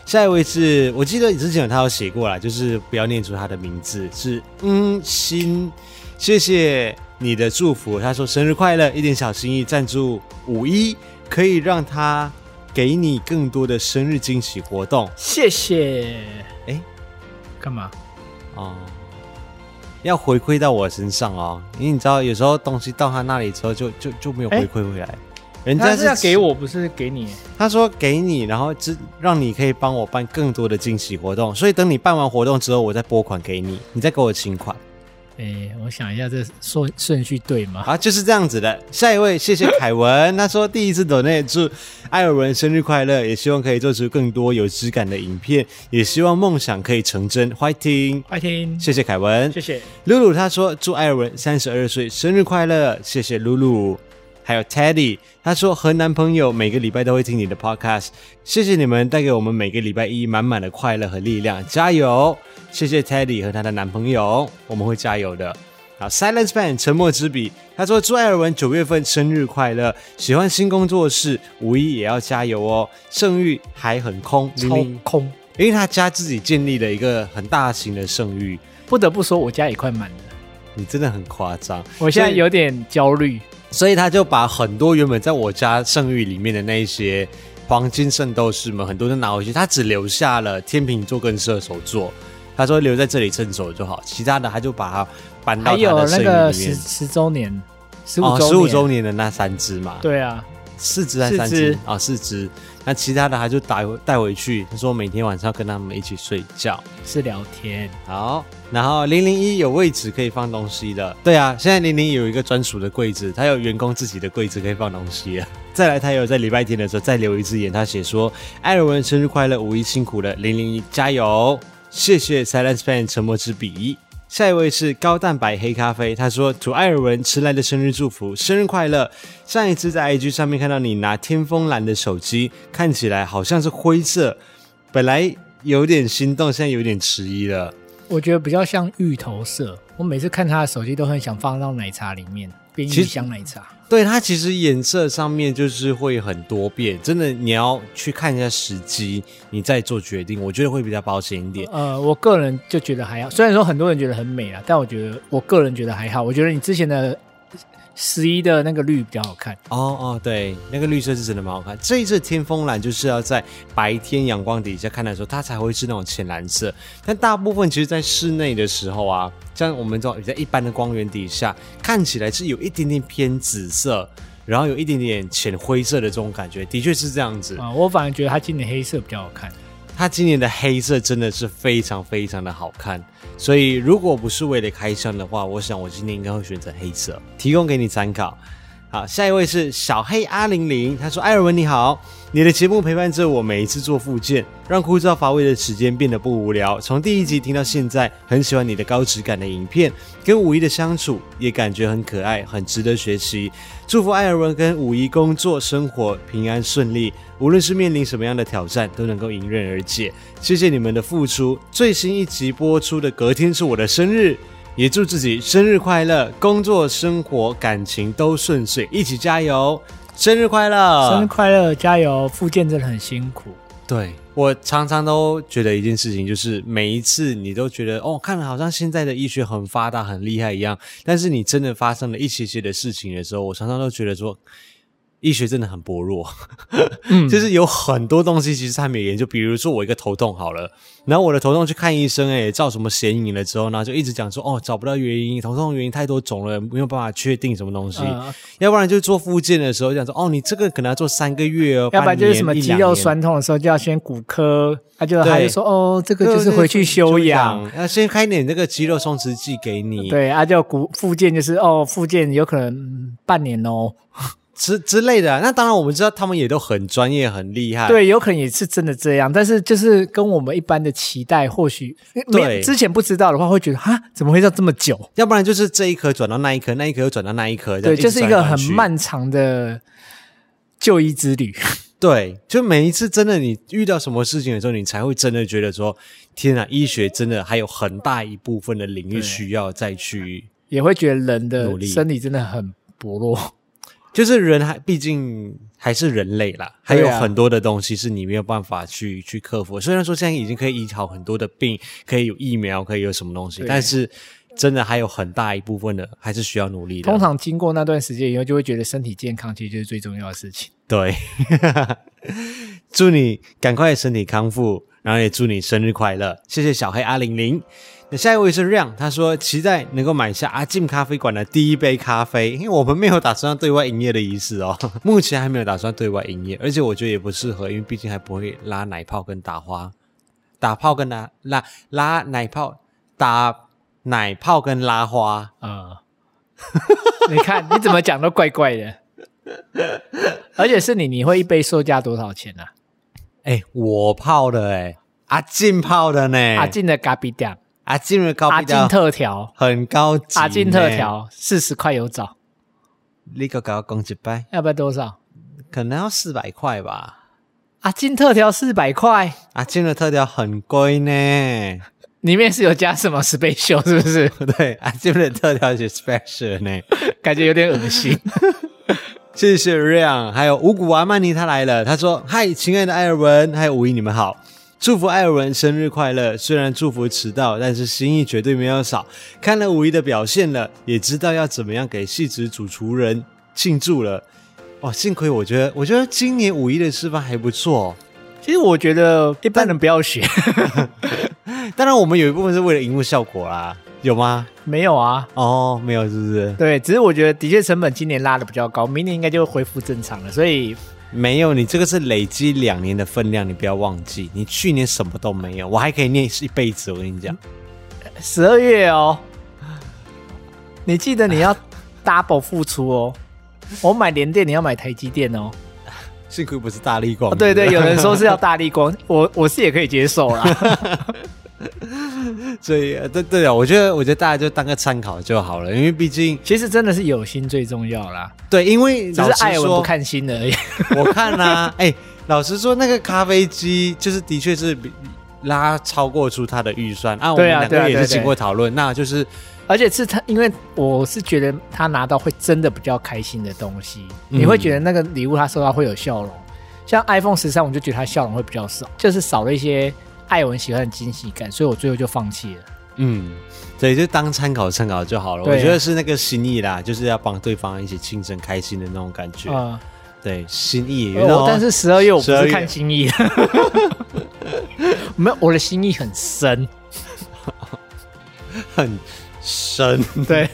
Speaker 1: 下一位是我记得之前有他有写过啦，就是不要念出他的名字，是嗯心，谢谢你的祝福。他说生日快乐，一点小心意赞助五一，可以让他给你更多的生日惊喜活动
Speaker 2: 谢谢。
Speaker 1: 诶
Speaker 2: 干嘛？
Speaker 1: 哦。要回馈到我身上哦，因为你知道有时候东西到他那里之后就就就没有回
Speaker 2: 诶
Speaker 1: 馈回来，人
Speaker 2: 他
Speaker 1: 家
Speaker 2: 是要给
Speaker 1: 我。
Speaker 2: 我，不是给你。
Speaker 1: 他说给你，然后只让你可以帮我办更多的惊喜活动，所以等你办完活动之后，我再拨款给你，你再给我请款
Speaker 2: 哎，我想一下，这顺顺序对吗？
Speaker 1: 啊，就是这样子的。下一位，谢谢凯文，他说第一次抖内祝艾尔文生日快乐，也希望可以做出更多有质感的影片，也希望梦想可以成真，fighting！
Speaker 2: 快听，
Speaker 1: 谢谢凯文，
Speaker 2: 谢谢。
Speaker 1: 露露她说：“祝艾尔文三十二岁生日快乐，谢谢露露。”还有 Teddy，他说和男朋友每个礼拜都会听你的 podcast，谢谢你们带给我们每个礼拜一满满的快乐和力量，加油！谢谢 Teddy 和她的男朋友，我们会加油的。好，Silence Man 沉默之笔，他说祝艾尔文九月份生日快乐，喜欢新工作室，五一也要加油哦，圣域还很空，零
Speaker 2: 超
Speaker 1: 零，
Speaker 2: 空，
Speaker 1: 因为他家自己建立了一个很大型的圣域，
Speaker 2: 不得不说，我家也快满了。
Speaker 1: 你真的很夸张。
Speaker 2: 我现在
Speaker 1: 所以
Speaker 2: 有点焦虑。
Speaker 1: 所以他就把很多原本在我家圣域里面的那一些黄金圣斗士们，很多都拿回去，他只留下了天秤座跟射手座。他说留在这里趁手就好，其他的他就把它搬
Speaker 2: 还
Speaker 1: 到他
Speaker 2: 有
Speaker 1: 的
Speaker 2: 那
Speaker 1: 圣
Speaker 2: 个
Speaker 1: 域里
Speaker 2: 十
Speaker 1: 面。
Speaker 2: 十周年，十五
Speaker 1: 哦，
Speaker 2: 周
Speaker 1: 十五周
Speaker 2: 年，
Speaker 1: 年的那三只嘛，
Speaker 2: 对啊，
Speaker 1: 四只还是三
Speaker 2: 四
Speaker 1: 只
Speaker 2: 只
Speaker 1: 啊、哦，四只。那其他的他就带回带回去，他说每天晚上跟他们一起睡觉。
Speaker 2: 是聊天。
Speaker 1: 好，然后零零一有位置可以放东西的。对啊，现在零零有一个专属的柜子，它有员工自己的柜子可以放东西了。再来，他有在礼拜天的时候再留一只言，他写说：“艾尔文生日快乐，五一辛苦了，零零一加油，谢谢 Silence Fan 沉默之笔。”下一位是高蛋白黑咖啡，他说：“祝艾尔文迟来的生日祝福，生日快乐！上一次在 IG 上面看到你拿天风蓝的手机，看起来好像是灰色，本来有点心动，现在有点迟疑了。”
Speaker 2: 我觉得比较像芋头色。我每次看他的手机都很想放到奶茶里面，变
Speaker 1: 其
Speaker 2: 芋
Speaker 1: 实
Speaker 2: 香奶茶。
Speaker 1: 对它其实颜色上面就是会很多变，真的你要去看一下时机，你再做决定，我觉得会比较保险一点。
Speaker 2: 呃，我个人就觉得还好，虽然说很多人觉得很美啦，但我觉得我个人觉得还好。我觉得你之前的十一的那个绿比较好看，
Speaker 1: 哦哦，对，那个绿色是真的蛮好看。这一次天风蓝就是要在白天阳光底下看的时候，它才会是那种浅蓝色。但大部分其实，在室内的时候啊，像我们这种在一般的光源底下，看起来是有一点点偏紫色，然后有一点点浅灰色的这种感觉，的确是这样子。
Speaker 2: 啊、我反而觉得他今年黑色比较好看。
Speaker 1: 它今年的黑色真的是非常非常的好看，所以如果不是为了开箱的话，我想我今年应该会选择黑色，提供给你参考。好，下一位是小黑阿玲玲，他说：“艾尔文你好，你的节目陪伴着我每一次做复健，让枯燥乏味的时间变得不无聊。从第一集听到现在，很喜欢你的高质感的影片，跟五一的相处也感觉很可爱，很值得学习。祝福艾尔文跟五一工作生活平安顺利，无论是面临什么样的挑战，都能够迎刃而解。谢谢你们的付出。最新一集播出的隔天是我的生日，也祝自己生日快乐，工作、生活、感情都顺遂，一起加油！生日快乐！
Speaker 2: 生日快乐，加油！复健真的很辛苦，
Speaker 1: 对啊我常常都觉得一件事情，就是每一次你都觉得哦，看了好像现在的医学很发达、很厉害一样，但是你真的发生了一些些的事情的时候，我常常都觉得说，医学真的很薄弱。
Speaker 2: 嗯，
Speaker 1: 就是有很多东西其实他没有研究，比如说我一个头痛好了，然后我的头痛去看医生、哎，照什么显影了之后，然后就一直讲说哦，找不到原因，头痛原因太多种了，没有办法确定什么东西，
Speaker 2: 呃
Speaker 1: 要不然就做复健的时候讲说哦，你这个可能要做三个月哦，
Speaker 2: 要不然就
Speaker 1: 半
Speaker 2: 是
Speaker 1: 年
Speaker 2: 什么
Speaker 1: 一
Speaker 2: 肌
Speaker 1: 两
Speaker 2: 肉
Speaker 1: 年
Speaker 2: 酸痛的时候就要先骨科，他就他
Speaker 1: 对
Speaker 2: 就说哦，这个就是回去休养。，
Speaker 1: 要呃先开点那个肌肉松弛剂给你，
Speaker 2: 对，啊，就骨复健就是哦，复健有可能、嗯半年哦，
Speaker 1: 之之类的啊。那当然，我们知道他们也都很专业、很厉害，
Speaker 2: 对，有可能也是真的这样，但是就是跟我们一般的期待，或许没
Speaker 1: 对
Speaker 2: 之前不知道的话，会觉得哈，怎么会要这么久？
Speaker 1: 要不然就是这一颗转到那一颗，那一颗又转到那一颗，这样
Speaker 2: 对，就是
Speaker 1: 直
Speaker 2: 一
Speaker 1: 转
Speaker 2: 个
Speaker 1: 来
Speaker 2: 很
Speaker 1: 转去。
Speaker 2: 漫长的就医之旅。
Speaker 1: 对，就每一次真的你遇到什么事情的时候，你才会真的觉得说，天啊，医学真的还有很大一部分的领域
Speaker 2: 对
Speaker 1: 需要再去。
Speaker 2: 也会觉得人
Speaker 1: 努
Speaker 2: 的
Speaker 1: 力
Speaker 2: 身体真的很薄弱。
Speaker 1: 就是人还毕竟还是人类啦，还有
Speaker 2: 对啊
Speaker 1: 很多的东西是你没有办法去去克服的。虽然说现在已经可以医好很多的病，可以有疫苗，可以有什么东西，
Speaker 2: 对
Speaker 1: 但是真的还有很大一部分的还是需要努力的。
Speaker 2: 通常经过那段时间以后，就会觉得身体健康其实就是最重要的事情。
Speaker 1: 对， 祝你赶快身体康复，然后也祝你生日快乐。谢谢小黑阿玲玲。那下一位是让，他说期待能够买下阿进咖啡馆的第一杯咖啡，因为我们没有打算对外营业的意思哦， 目前还没有打算对外营业，而且我觉得也不适合，因为毕竟还不会拉奶泡跟打花，打泡跟拉拉拉奶泡打奶泡跟拉花，
Speaker 2: 呃， 你看你怎么讲都怪怪的，而且是你，你会一杯售价多少钱啊？
Speaker 1: 哎，我泡的哎，阿进泡的呢，
Speaker 2: 阿进的咖比酱，
Speaker 1: 阿进的高
Speaker 2: 阿
Speaker 1: 比
Speaker 2: 进
Speaker 1: 较
Speaker 2: 特调，
Speaker 1: 很高级。
Speaker 2: 阿进特，调四十块有找，
Speaker 1: 你个搞讲一百，
Speaker 2: 要不要多少？
Speaker 1: 可能要四百块吧。
Speaker 2: 阿进特调四百块，
Speaker 1: 阿进的特调很贵呢，
Speaker 2: 里面是有加什么 special 是不是？
Speaker 1: 对，阿进的特调是 special 呢。
Speaker 2: 感觉有点恶心。
Speaker 1: 谢谢 Ryan，还有五谷阿曼尼他来了，他说：“嗨，亲爱的艾尔文，还有五一，你们好。”祝福艾尔文生日快乐！虽然祝福迟到，但是心意绝对没有少。看了五一的表现了，也知道要怎么样给戏子主厨人庆祝了。哦，幸亏我觉得，我觉得今年五一的示范还不错、哦。
Speaker 2: 其实我觉得一般人不要学，
Speaker 1: 当然，我们有一部分是为了荧幕效果啦，有吗？
Speaker 2: 没有啊。
Speaker 1: 哦，没有，是不是？
Speaker 2: 对，只是我觉得的确成本今年拉的比较高，明年应该就会恢复正常了。所以
Speaker 1: 没有，你这个是累积两年的分量，你不要忘记，你去年什么都没有，我还可以念一辈子。我跟你讲，
Speaker 2: 嗯十二月哦，你记 得你要 double 付出哦。我买联电，你要买台积电哦。
Speaker 1: 幸亏不是大力广、
Speaker 2: 哦对对，有人说是要大 力光，我我是也可以接受啦。
Speaker 1: 所以呃对对啊，我觉得我觉得大家就当个参考就好了，因为毕竟
Speaker 2: 其实真的是有心最重要啦，
Speaker 1: 对，因为
Speaker 2: 只
Speaker 1: 老
Speaker 2: 是
Speaker 1: 实
Speaker 2: 艾文
Speaker 1: 说
Speaker 2: 不，看心而已。
Speaker 1: 我看啦、 哎、老实说，那个咖啡机就是的确是比拉超过出他的预算啊，我们
Speaker 2: 对啊
Speaker 1: 两
Speaker 2: 对啊
Speaker 1: 个也
Speaker 2: 对
Speaker 1: 是
Speaker 2: 啊
Speaker 1: 经过讨论，那就是
Speaker 2: 而且是他，因为我是觉得他拿到会真的比较开心的东西，
Speaker 1: 嗯
Speaker 2: 你会觉得那个礼物他收到会有笑容。像 iPhone 十三，我就觉得它笑容会比较少，就是少了一些艾文喜欢的惊喜感，所以我最后就放弃了。
Speaker 1: 嗯，对，就当参考参考就好了。我
Speaker 2: 对啊
Speaker 1: 觉得是那个心意啦，就是要帮对方一起庆生开心的那种感觉。
Speaker 2: 嗯，
Speaker 1: 对，心意。
Speaker 2: 呃
Speaker 1: 然后
Speaker 2: 我但是十二月我不
Speaker 1: 12
Speaker 2: 是
Speaker 1: 哦月
Speaker 2: 看心意 的，没有，我的心意很深。
Speaker 1: 很深。
Speaker 2: 对，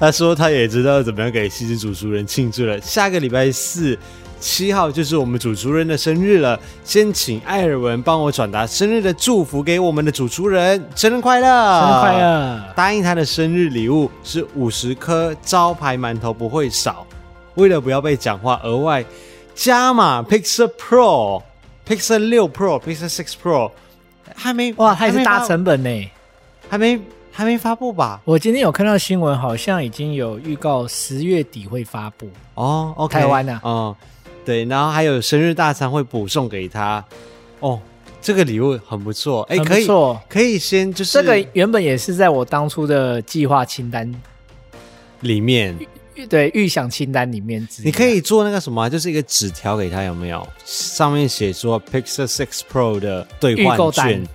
Speaker 1: 他说他也知道怎么样给西子主厨人庆祝了。下个礼拜四七号就是我们主厨人的生日了，先请艾尔文帮我转达生日的祝福给我们的主厨人，生日快乐，
Speaker 2: 生
Speaker 1: 生
Speaker 2: 日快！啊乐！
Speaker 1: 答应他的生日礼物是五十颗招牌馒头不会少。为了不要被讲话，额外加码 Pixel Pro、Pixel 六 Pro、Pixel Six Pro，还没
Speaker 2: 哇，它也是大
Speaker 1: 成，
Speaker 2: 成本呢。
Speaker 1: 还没还没发布吧？
Speaker 2: 我今天有看到新闻，好像已经有预告十月底会发布。
Speaker 1: 哦，OK，
Speaker 2: 台湾啊
Speaker 1: 哦、对，然后还有生日大餐会补送给他。哦，这个礼物很不错，哎，
Speaker 2: 很不
Speaker 1: 可以
Speaker 2: 错
Speaker 1: 可以先就是
Speaker 2: 这个原本也是在我当初的计划清单，
Speaker 1: 里面。
Speaker 2: 预对预想清单里面之一
Speaker 1: 你可以做那个什么啊，就是一个纸条给他，有没有？上面写说 Pixel 6 Pro 的兑
Speaker 2: 预购
Speaker 1: 换券
Speaker 2: 单，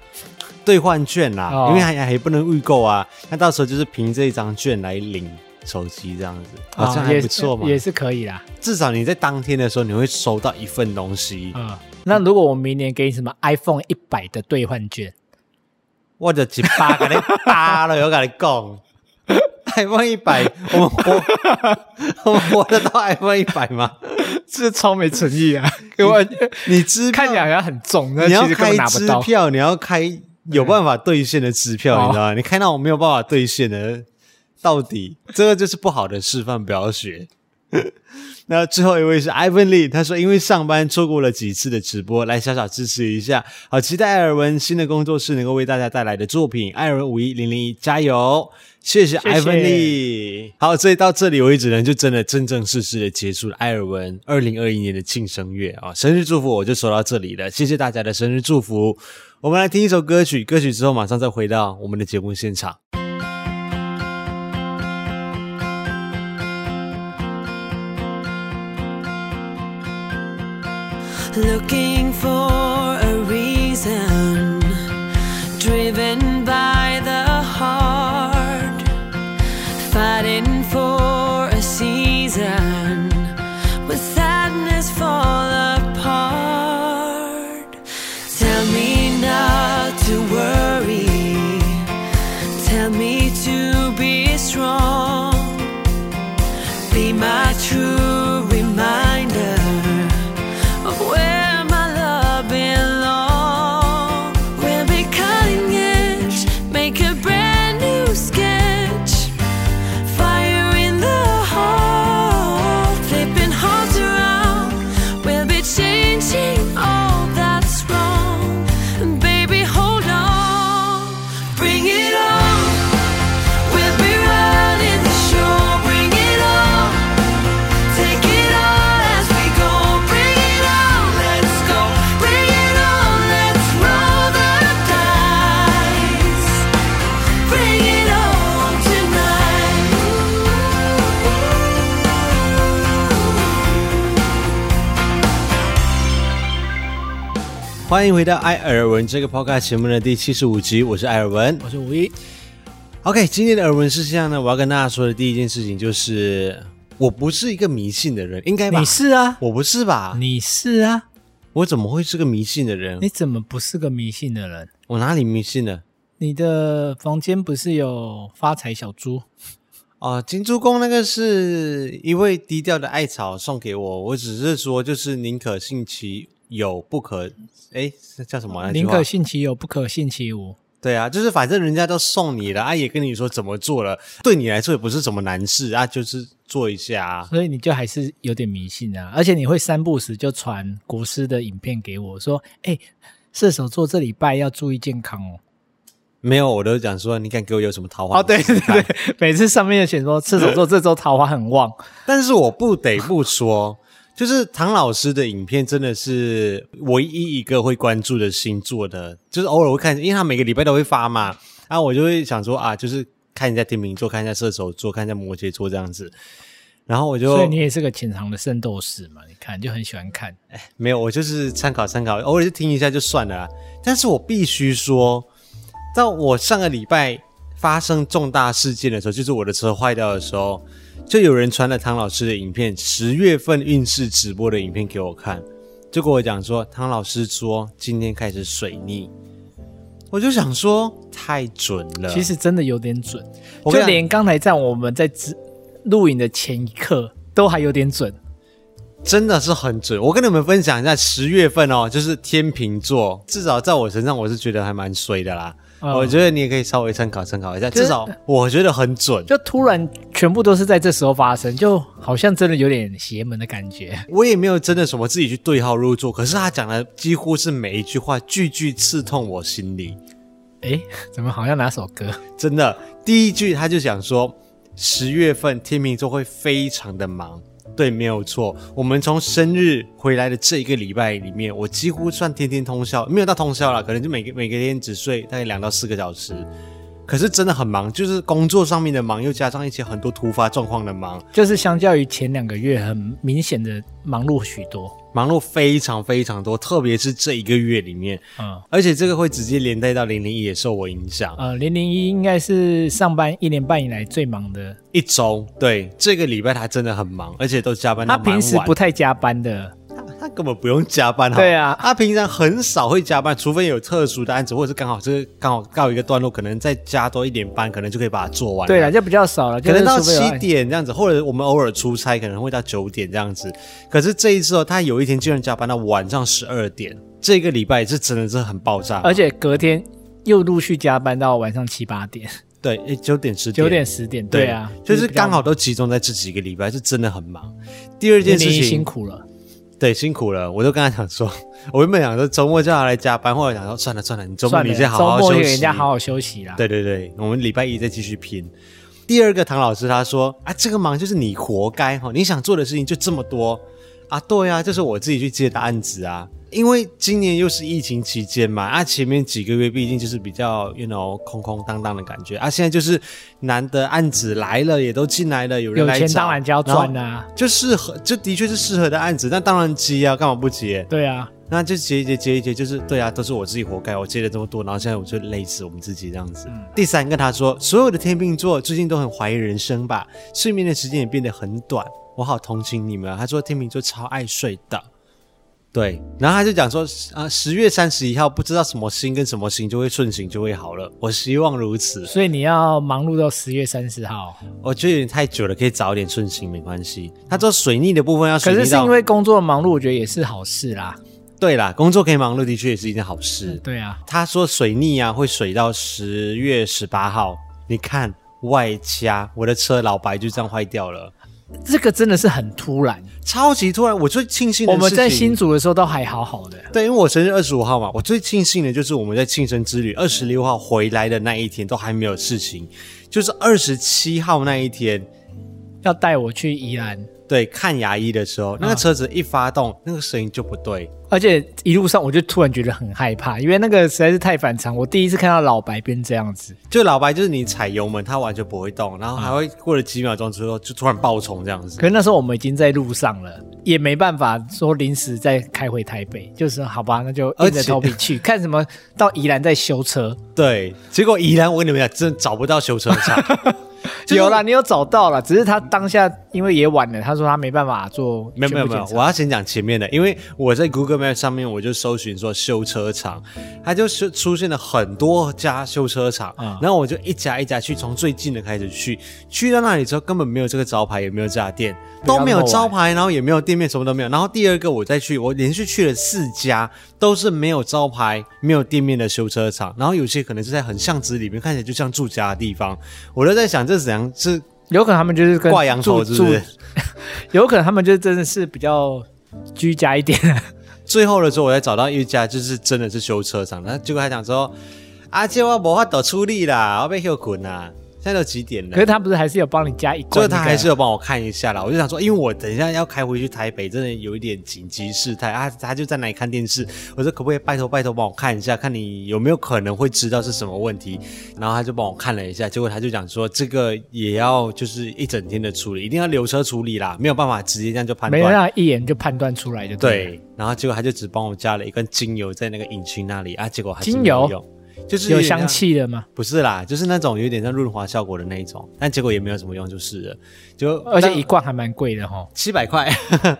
Speaker 1: 兑换券啦，
Speaker 2: 哦
Speaker 1: 因为还还不能预购啊。那到时候就是凭这一张券来领手机，这样子好像还
Speaker 2: 也
Speaker 1: 不错嘛
Speaker 2: 哦是。也是可以啦。
Speaker 1: 至少你在当天的时候，你会收到一份东西。
Speaker 2: 嗯，那如果我明年给你什么 iPhone 一百的兑换券，
Speaker 1: 我就一巴给你扒了，我跟你讲。iPhone 一百，我们活， 我们活得到 iPhone 一百吗？
Speaker 2: 这超没诚意 啊！给我
Speaker 1: 你支票
Speaker 2: 看起来好像很重，但
Speaker 1: 你要
Speaker 2: 其实根
Speaker 1: 开
Speaker 2: 本拿不
Speaker 1: 支
Speaker 2: 到。
Speaker 1: 票，你要开有办法兑现的支票，
Speaker 2: 哦
Speaker 1: 你知道吗？你开那种没有办法兑现的，到底这个就是不好的示范，不要学。那最后一位是 Ivan Lee，他说因为上班错过了几次的直播，来小小支持一下，好期待艾尔文新的工作室能够为大家带来的作品。艾尔文五一零零一，加油！谢谢
Speaker 2: 谢谢
Speaker 1: Ivan Lee。好，所以到这里为止呢，就真的正正式式的结束了艾尔文二零二一年的庆生月啊、生日祝福我就收到这里了，谢谢大家的生日祝福。我们来听一首歌曲，歌曲之后马上再回到我们的节目现场。
Speaker 3: looking for a reason, driven by the heart, fighting for a season, with sadness fall apart. Tell me not to worry, tell me to be strong be my true reminder of where my love belongs. We'll be cutting edge, make a brand new sketch. Fire in the heart, flipping hearts around. We'll be changing all that's wrong. Baby, hold on, bring it on. We'll be riding the shore, bring it on. Take it all as we go, bring it on, let's go, bring it on, let's roll the dice, bring it on tonight.
Speaker 1: 欢迎回到艾尔文这个 podcast 节目的第七十五集，我是艾尔文。
Speaker 2: 我是五一，
Speaker 1: OK，今天的耳闻事项呢，我要跟大家说的第一件事情就是，我不是一个迷信的人，应该吧？
Speaker 2: 你是啊，
Speaker 1: 我不是吧？
Speaker 2: 你是啊，
Speaker 1: 我怎么会是个迷信的人
Speaker 2: 你？怎么不是个迷信的人？
Speaker 1: 我哪里迷信了？
Speaker 2: 你的房间不是有发财小猪？
Speaker 1: 啊，金猪公那个是一位低调的艾草送给我，我只是说就是宁可信其有，不可哎是叫什么那句
Speaker 2: 宁
Speaker 1: 话
Speaker 2: 可信其有，不可信其无。
Speaker 1: 对啊，就是反正人家都送你了，啊也跟你说怎么做了，对你来说也不是什么难事啊，就是做一下啊。
Speaker 2: 所以你就还是有点迷信啊，而且你会三不五时就传国师的影片给我，说：“哎、射手座这礼拜要注意健康哦。
Speaker 1: 没有，我都讲说你敢给我有什么桃”花？
Speaker 2: 哦，对对对，每次上面就写说射手座这周桃花很旺，
Speaker 1: 但是我不得不说， 就是唐老师的影片真的是唯一一个会关注的星座的，就是偶尔会看，因为他每个礼拜都会发嘛，然、后我就会想说啊，就是看一下天秤座，看一下射手座，看一下摩羯座这样子。然后我 就
Speaker 2: 所以你也是个潜藏的圣斗士嘛，你看就很喜欢看。
Speaker 1: 没有，我就是参考参考，偶尔就听一下就算了啦。但是我必须说，到我上个礼拜发生重大事件的时候，就是我的车坏掉的时候，就有人传了唐老师的影片，十月份运势直播的影片给我看，就跟我讲说，唐老师说今天开始水逆，我就想说太准了。
Speaker 2: 其实真的有点准，
Speaker 1: 我跟你
Speaker 2: 就
Speaker 1: 讲
Speaker 2: 连刚才在我们在直录影的前一刻都还有点准。
Speaker 1: 真的是很准。我跟你们分享一下，十月份哦，就是天秤座，至少在我身上，我是觉得还蛮衰的啦。
Speaker 2: 嗯
Speaker 1: 我觉得你也可以稍微参考参考一下，
Speaker 2: 就是
Speaker 1: 至少我觉得很准。
Speaker 2: 就突然全部都是在这时候发生，就好像真的有点邪门的感觉。
Speaker 1: 我也没有真的什么自己去对号入座，可是他讲的几乎是每一句话，句句刺痛我心里。
Speaker 2: 哎，怎么好像哪首歌？
Speaker 1: 真的，第一句他就讲说，十月份天秤座会非常的忙。对，没有错。我们从生日回来的这一个礼拜里面，我几乎算天天通宵，没有到通宵啦，可能就每个每个天只睡大概两到四个小时。可是真的很忙，就是工作上面的忙，又加上一些很多突发状况的忙，
Speaker 2: 就是相较于前两个月，很明显的忙碌许多。
Speaker 1: 忙碌非常非常多，特别是这一个月里面，
Speaker 2: 嗯，
Speaker 1: 而且这个会直接连带到零零一也受我影响。
Speaker 2: 呃，零零一应该是上班一年半以来最忙的，
Speaker 1: 一周，对，这个礼拜他真的很忙，而且都加班到
Speaker 2: 他
Speaker 1: 蛮晚。
Speaker 2: 平时不太加班的。
Speaker 1: 他根本不用加班，好
Speaker 2: 对啊
Speaker 1: 他平常很少会加班，除非有特殊的案子，或者是刚好这个刚好告一个段落，可能再加多一点班，可能就可以把它做完。
Speaker 2: 对了，，就比较少了，
Speaker 1: 可能到
Speaker 2: 就是
Speaker 1: 七
Speaker 2: 除非有案
Speaker 1: 点这样子，或者我们偶尔出差可能会到九点这样子。可是这一次哦，他有一天竟然加班到晚上十二点，这个礼拜是真的是很爆炸，
Speaker 2: 而且隔天又陆续加班到晚上七八点、
Speaker 1: 对诶九点十
Speaker 2: 九点、十点。对啊，
Speaker 1: 就是
Speaker 2: 比较
Speaker 1: 刚好都集中在这几个礼拜，是真的很忙。第二
Speaker 2: 零
Speaker 1: 件
Speaker 2: 零
Speaker 1: 事
Speaker 2: 一
Speaker 1: 情，
Speaker 2: 辛苦了。
Speaker 1: 对，辛苦了，我就跟他讲说， 我原本想说周末叫他来加班，后来想说算了算了，你周末
Speaker 2: 算了，
Speaker 1: 你先好好
Speaker 2: 周末
Speaker 1: 休
Speaker 2: 给
Speaker 1: 息。
Speaker 2: 人家好好休息啦。
Speaker 1: 对对对，我们礼拜一再继续拼。第二个唐老师他说啊，这个忙就是你活该哈、哦，你想做的事情就这么多，啊，对啊，这是我自己去接的案子啊。因为今年又是疫情期间嘛，啊，前面几个月毕竟就是比较，you know，空空荡荡的感觉啊。现在就是难得案子来了，也都进来了，有人
Speaker 2: 有
Speaker 1: 来
Speaker 2: 钱
Speaker 1: 找
Speaker 2: 当然就要赚啊啦、，
Speaker 1: 然后就适合，这的确是适合的案子，那当然接啊，干嘛不接？
Speaker 2: 对啊，
Speaker 1: 那就接一接接一接，就是对啊，都是我自己活该，我接了这么多，然后现在我就累死我们自己这样子。
Speaker 2: 嗯
Speaker 1: 第三跟他说，所有的天秤座最近都很怀疑人生吧，睡眠的时间也变得很短，我好同情你们啊。他说天秤座超爱睡的，对，然后他就讲说啊，十、0月三十一号不知道什么星跟什么星就会顺行就会好了，我希望如此。
Speaker 2: 所以你要忙碌到十月三十号。
Speaker 1: 我觉得有点太久了，可以早一点顺行没关系。他说水逆的部分要水
Speaker 2: 可
Speaker 1: 逆
Speaker 2: 是是
Speaker 1: 到
Speaker 2: 因为工作忙碌，我觉得也是好事啦。
Speaker 1: 对啦，工作可以忙碌的确也是一件好事。
Speaker 2: 对啊，
Speaker 1: 他说水逆啊会水到十月十八号，你看外加我的车老白就这样坏掉了，
Speaker 2: 这个真的是很突然。
Speaker 1: 超级突然。我最庆幸的
Speaker 2: 我
Speaker 1: 事情
Speaker 2: 们在新竹的时候都还好好的，
Speaker 1: 对，因为我生日二十五号嘛，我最庆幸的就是我们在庆生之旅二十六号回来的那一天都还没有事情，就是二十七号那一天。
Speaker 2: 要带我去宜兰，
Speaker 1: 对，看牙医的
Speaker 2: 啊
Speaker 1: 时候，那个车子一发动，那个声音就不对。
Speaker 2: 而且一路上我就突然觉得很害怕，因为那个实在是太反常。我第一次看到老白变这样子，
Speaker 1: 就老白就是你踩油门，它完全不会动，然后还会过了几秒钟之后就突然爆冲这样子
Speaker 2: 可。是那时候我们已经在路上了，也没办法说临时再开回台北，就是好吧，那就硬
Speaker 1: 而
Speaker 2: 着
Speaker 1: 且
Speaker 2: 头皮去看什么。到宜兰在修车，
Speaker 1: 对，结果宜兰我跟你们讲，真的找不到修车 厂，就是
Speaker 2: 有啦，你有找到啦，只是他当下因为也晚了，他说他没办法做
Speaker 1: 没有没有
Speaker 2: 全部
Speaker 1: 没有
Speaker 2: 检，查
Speaker 1: 我要先讲前面的，因为我在 Google Map 上面我就搜寻说修车厂，它就是出现了很多家修车厂，
Speaker 2: 啊
Speaker 1: 然后我就一家一家去，从最近的开始去，去到那里之后根本没有这个招牌，也没有这家店，
Speaker 2: 不要
Speaker 1: 都没有
Speaker 2: 弄
Speaker 1: 招牌，然后也没有店面，什么都没有。然后第二个我再去，我连续去了四家，都是没有招牌、没有店面的修车厂，然后有些可能是在很巷子里面，看起来就像住家的地方，我就在想这怎样是
Speaker 2: 有可能他们就是跟
Speaker 1: 挂羊头
Speaker 2: 住
Speaker 1: 是不是
Speaker 2: 住？有可能他们就真的是比较居家一点。
Speaker 1: 最后的时候，我才找到一家就是真的是修车厂，那结果他讲说：“阿、啊、姐，我无法度处理啦，我被休困啦，现在都几点了
Speaker 2: 可是？”他不是还是有帮你加一罐、
Speaker 1: 最后他还是有帮我看一下啦，我就想说，因为我等一下要开回去台北，真的有一点紧急事态啊，他就在那里看电视，我说可不可以拜托拜托帮我看一下，看你有没有可能会知道是什么问题，然后他就帮我看了一下，结果他就讲说这个也要就是一整天的处理，一定要留车处理啦，没有办法直接这样就判
Speaker 2: 没
Speaker 1: 断。
Speaker 2: 有让他一眼就判断出来就对了。
Speaker 1: 对，然后结果他就只帮我加了一根精油在那个引擎那里啊，结果还是
Speaker 2: 精
Speaker 1: 没有
Speaker 2: 油
Speaker 1: 用，就是
Speaker 2: 有
Speaker 1: 点像
Speaker 2: 香，气的吗？
Speaker 1: 不是啦，就是那种有点像润滑效果的那一种，但结果也没有什么用，就是啊了，就
Speaker 2: 而且一罐还蛮贵的哈。
Speaker 1: 七百块，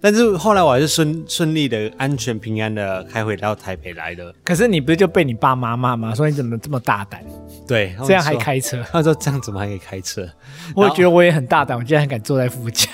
Speaker 1: 但是后来我还是顺顺利的、安全平安的开回到台北来了，
Speaker 2: 可是你不是就被你爸妈骂吗？说你怎么这么大胆，
Speaker 1: 对，他们
Speaker 2: 这样还
Speaker 1: 说。
Speaker 2: 开车？
Speaker 1: 他说：“这样怎么还可以开车
Speaker 2: 我也觉得我也很大胆，我竟然敢坐在副驾。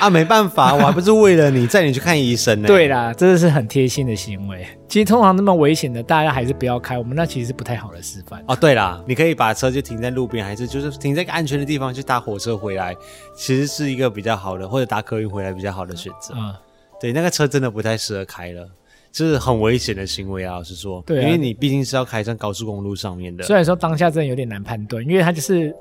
Speaker 1: 啊？没办法，我还不是为了你 载你去看医生呢。
Speaker 2: 对啦，真的是很贴心的行为。其实通常那么危险的，大家还是不要开。我们那其实是不太好的示范。
Speaker 1: 哦，对啦，你可以把车就停在路边，还是就是停在一个安全的地方去搭火车回来，其实是一个比较好的，或者搭客运回来比较好的选择。
Speaker 2: 嗯，
Speaker 1: 对，那个车真的不太适合开了，就是很危险的行为啊，老实说。
Speaker 2: 对啊
Speaker 1: 因为你毕竟是要开上高速公路上面的
Speaker 2: 虽，然说当下真的有点难判断，因为他就是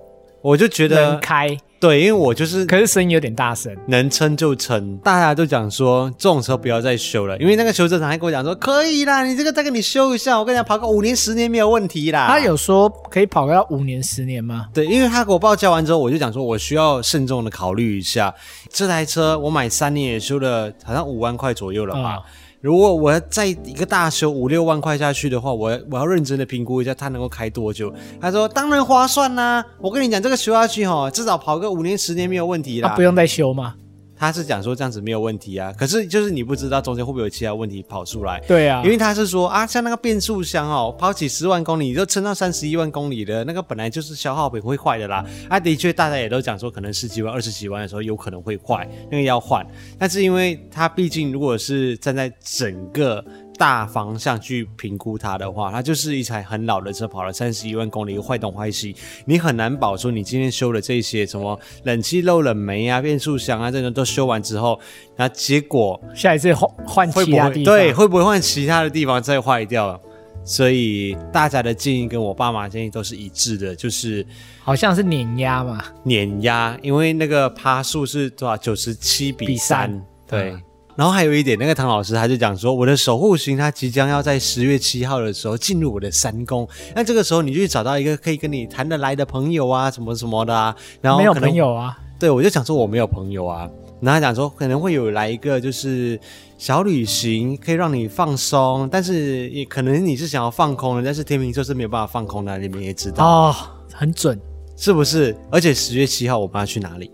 Speaker 1: 我就觉
Speaker 2: 能
Speaker 1: 得
Speaker 2: 开，
Speaker 1: 对，因为我就是
Speaker 2: 可是声音有点大声。
Speaker 1: 能撑就撑，大家都讲说这种车不要再修了，因为那个修车厂还跟我讲说可以啦，你这个再给你修一下，我跟你讲跑个五年十年没有问题啦。
Speaker 2: 他有说可以跑到五年、十年吗？
Speaker 1: 对，因为他给我报价完之后，我就讲说，我需要慎重的考虑一下这台车，我买三年也修了，好像五万块左右了吧。
Speaker 2: 啊、
Speaker 1: 如果我要再一个大修五六万块下去的话，我我要认真的评估一下它能够开多久。他说当然划算啦、我跟你讲这个修下去哈、至少跑个五年十年没有问题
Speaker 2: 他
Speaker 1: 啦。
Speaker 2: 啊不用再修吗？
Speaker 1: 他是讲说这样子没有问题啊，可是就是你不知道中间会不会有其他问题跑出来。
Speaker 2: 对啊，
Speaker 1: 因为他是说啊，像那个变速箱哦，跑几十万公里就撑到三十一万公里的那个，本来就是消耗品会坏的啦。啊，的确大家也都讲说，可能十几万、二十几万的时候有可能会坏，那个要换。但是因为它毕竟如果是站在整个大方向去评估它的话，它就是一台很老的车，跑了三十一万公里，坏东坏西，你很难保说你今天修了这些什么冷气漏了没啊、变速箱啊这种都修完之后，然后结果
Speaker 2: 下一次换换
Speaker 1: 会
Speaker 2: 其
Speaker 1: 不
Speaker 2: 他
Speaker 1: 会
Speaker 2: 地方。
Speaker 1: 对会不会换其他的地方再坏掉了？所以大家的建议跟我爸妈的建议都是一致的，就是
Speaker 2: 好像是碾压嘛，
Speaker 1: 碾压，因为那个趴数是多少？九十七比
Speaker 2: 比
Speaker 1: 三
Speaker 2: 三，嗯
Speaker 1: 对。然后还有一点，那个唐老师他就讲说，我的守护星他即将要在十月七号的时候进入我的三宫，那这个时候你就去找到一个可以跟你谈得来的朋友啊，什么什么的啊。然后
Speaker 2: 没有
Speaker 1: 可能
Speaker 2: 朋友啊，
Speaker 1: 对，我就想说我没有朋友啊，然后他讲说可能会有来一个就是小旅行，可以让你放松，但是也可能你是想要放空的，但是天秤座是没有办法放空的，你们也知道、
Speaker 2: 哦，很准，
Speaker 1: 是不是？而且十月七号我们要去哪里？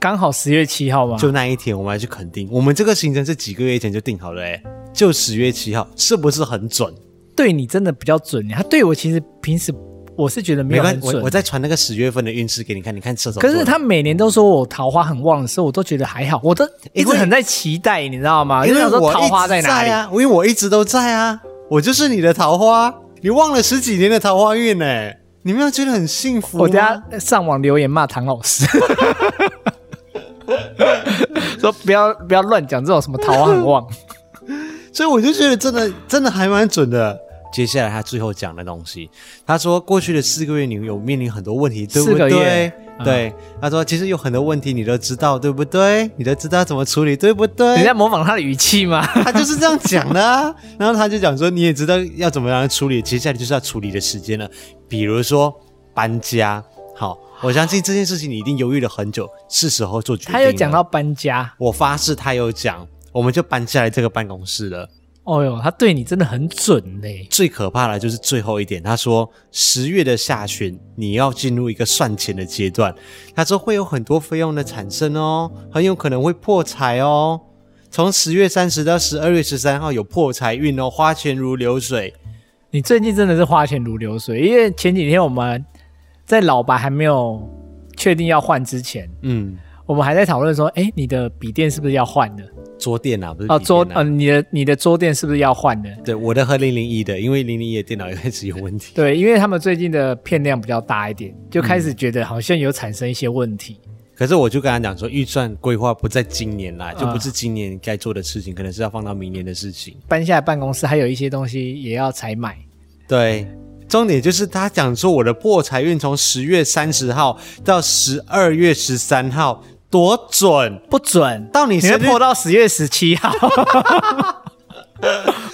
Speaker 2: 刚好十月七号嘛，
Speaker 1: 就那一天我们要去垦丁，我们这个行程是几个月前就定好了、欸，就十月七号，是不是很准？
Speaker 2: 对你真的比较准，他对我其实平时我是觉得没有
Speaker 1: 关
Speaker 2: 很
Speaker 1: 我
Speaker 2: 准
Speaker 1: 我，再传那个十月份的运势给你看，你看射手座
Speaker 2: 可
Speaker 1: 的。
Speaker 2: 是他每年都说我桃花很旺的时候，我都觉得还好，我都一直
Speaker 1: 因为
Speaker 2: 很在期待，你知道吗？
Speaker 1: 啊因
Speaker 2: 就
Speaker 1: 为
Speaker 2: 想
Speaker 1: 我
Speaker 2: 说
Speaker 1: 一
Speaker 2: 桃
Speaker 1: 直
Speaker 2: 花哪里？
Speaker 1: 啊，因为我一直都在啊，我就是你的桃花，你忘了十几年的桃花运呢、你没有觉得很幸福吗？
Speaker 2: 我等下上网留言骂唐老 师，说不要不要乱讲这种什么桃花 很旺。
Speaker 1: 所以我就觉得真的真的还蛮准的。接下来他最后讲的东西，他说过去的四个月你有面临很多问题，对不
Speaker 2: 四个
Speaker 1: 对
Speaker 2: 月？
Speaker 1: 对，他说其实有很多问题你都知道，对不对？你都知道怎么处理，对不对？
Speaker 2: 你在模仿他的语气吗？
Speaker 1: 他就是这样讲的、啊。 然后他就讲说，你也知道要怎么样处理，接下来就是要处理的时间了，比如说搬家。好，我相信这件事情你一定犹豫了很久，是时候做决定了。
Speaker 2: 他有讲到搬家，
Speaker 1: 我发誓他有讲，我们就搬下来这个办公室了。
Speaker 2: 哦哟，他对你真的很准嘞、
Speaker 1: 最可怕的就是最后一点，他说十月的下旬你要进入一个算钱的阶段，他说会有很多费用的产生哦，很有可能会破财哦。从十月三十到十二月十三号有破财运哦，花钱如流水。
Speaker 2: 你最近真的是花钱如流水，因为前几天我们在老白还没有确定要换之前，
Speaker 1: 嗯，
Speaker 2: 我们还在讨论说，哎，你的笔电是不是要换的？
Speaker 1: 桌垫啊，不是
Speaker 2: 哦，
Speaker 1: 笔
Speaker 2: 桌
Speaker 1: 垫啊
Speaker 2: 呃，你的你的桌垫是不是要换的？
Speaker 1: 对，我的和零零一的，因为零零一的电脑也开始有问 题。
Speaker 2: 对，因为他们最近的片量比较大一点，就开始觉得好像有产生一些问题。
Speaker 1: 可是我就跟他讲说，预算规划不在今年啦，就
Speaker 2: 啊
Speaker 1: 不是今年该做的事情，可能是要放到明年的事情。
Speaker 2: 搬下来办公室还有一些东西也要采买，
Speaker 1: 对，重点就是他讲说我的破财运从十月三十号到十二月十三号多准，
Speaker 2: 不准
Speaker 1: 到你
Speaker 2: 你会
Speaker 1: 生日
Speaker 2: 破到十月十七 号。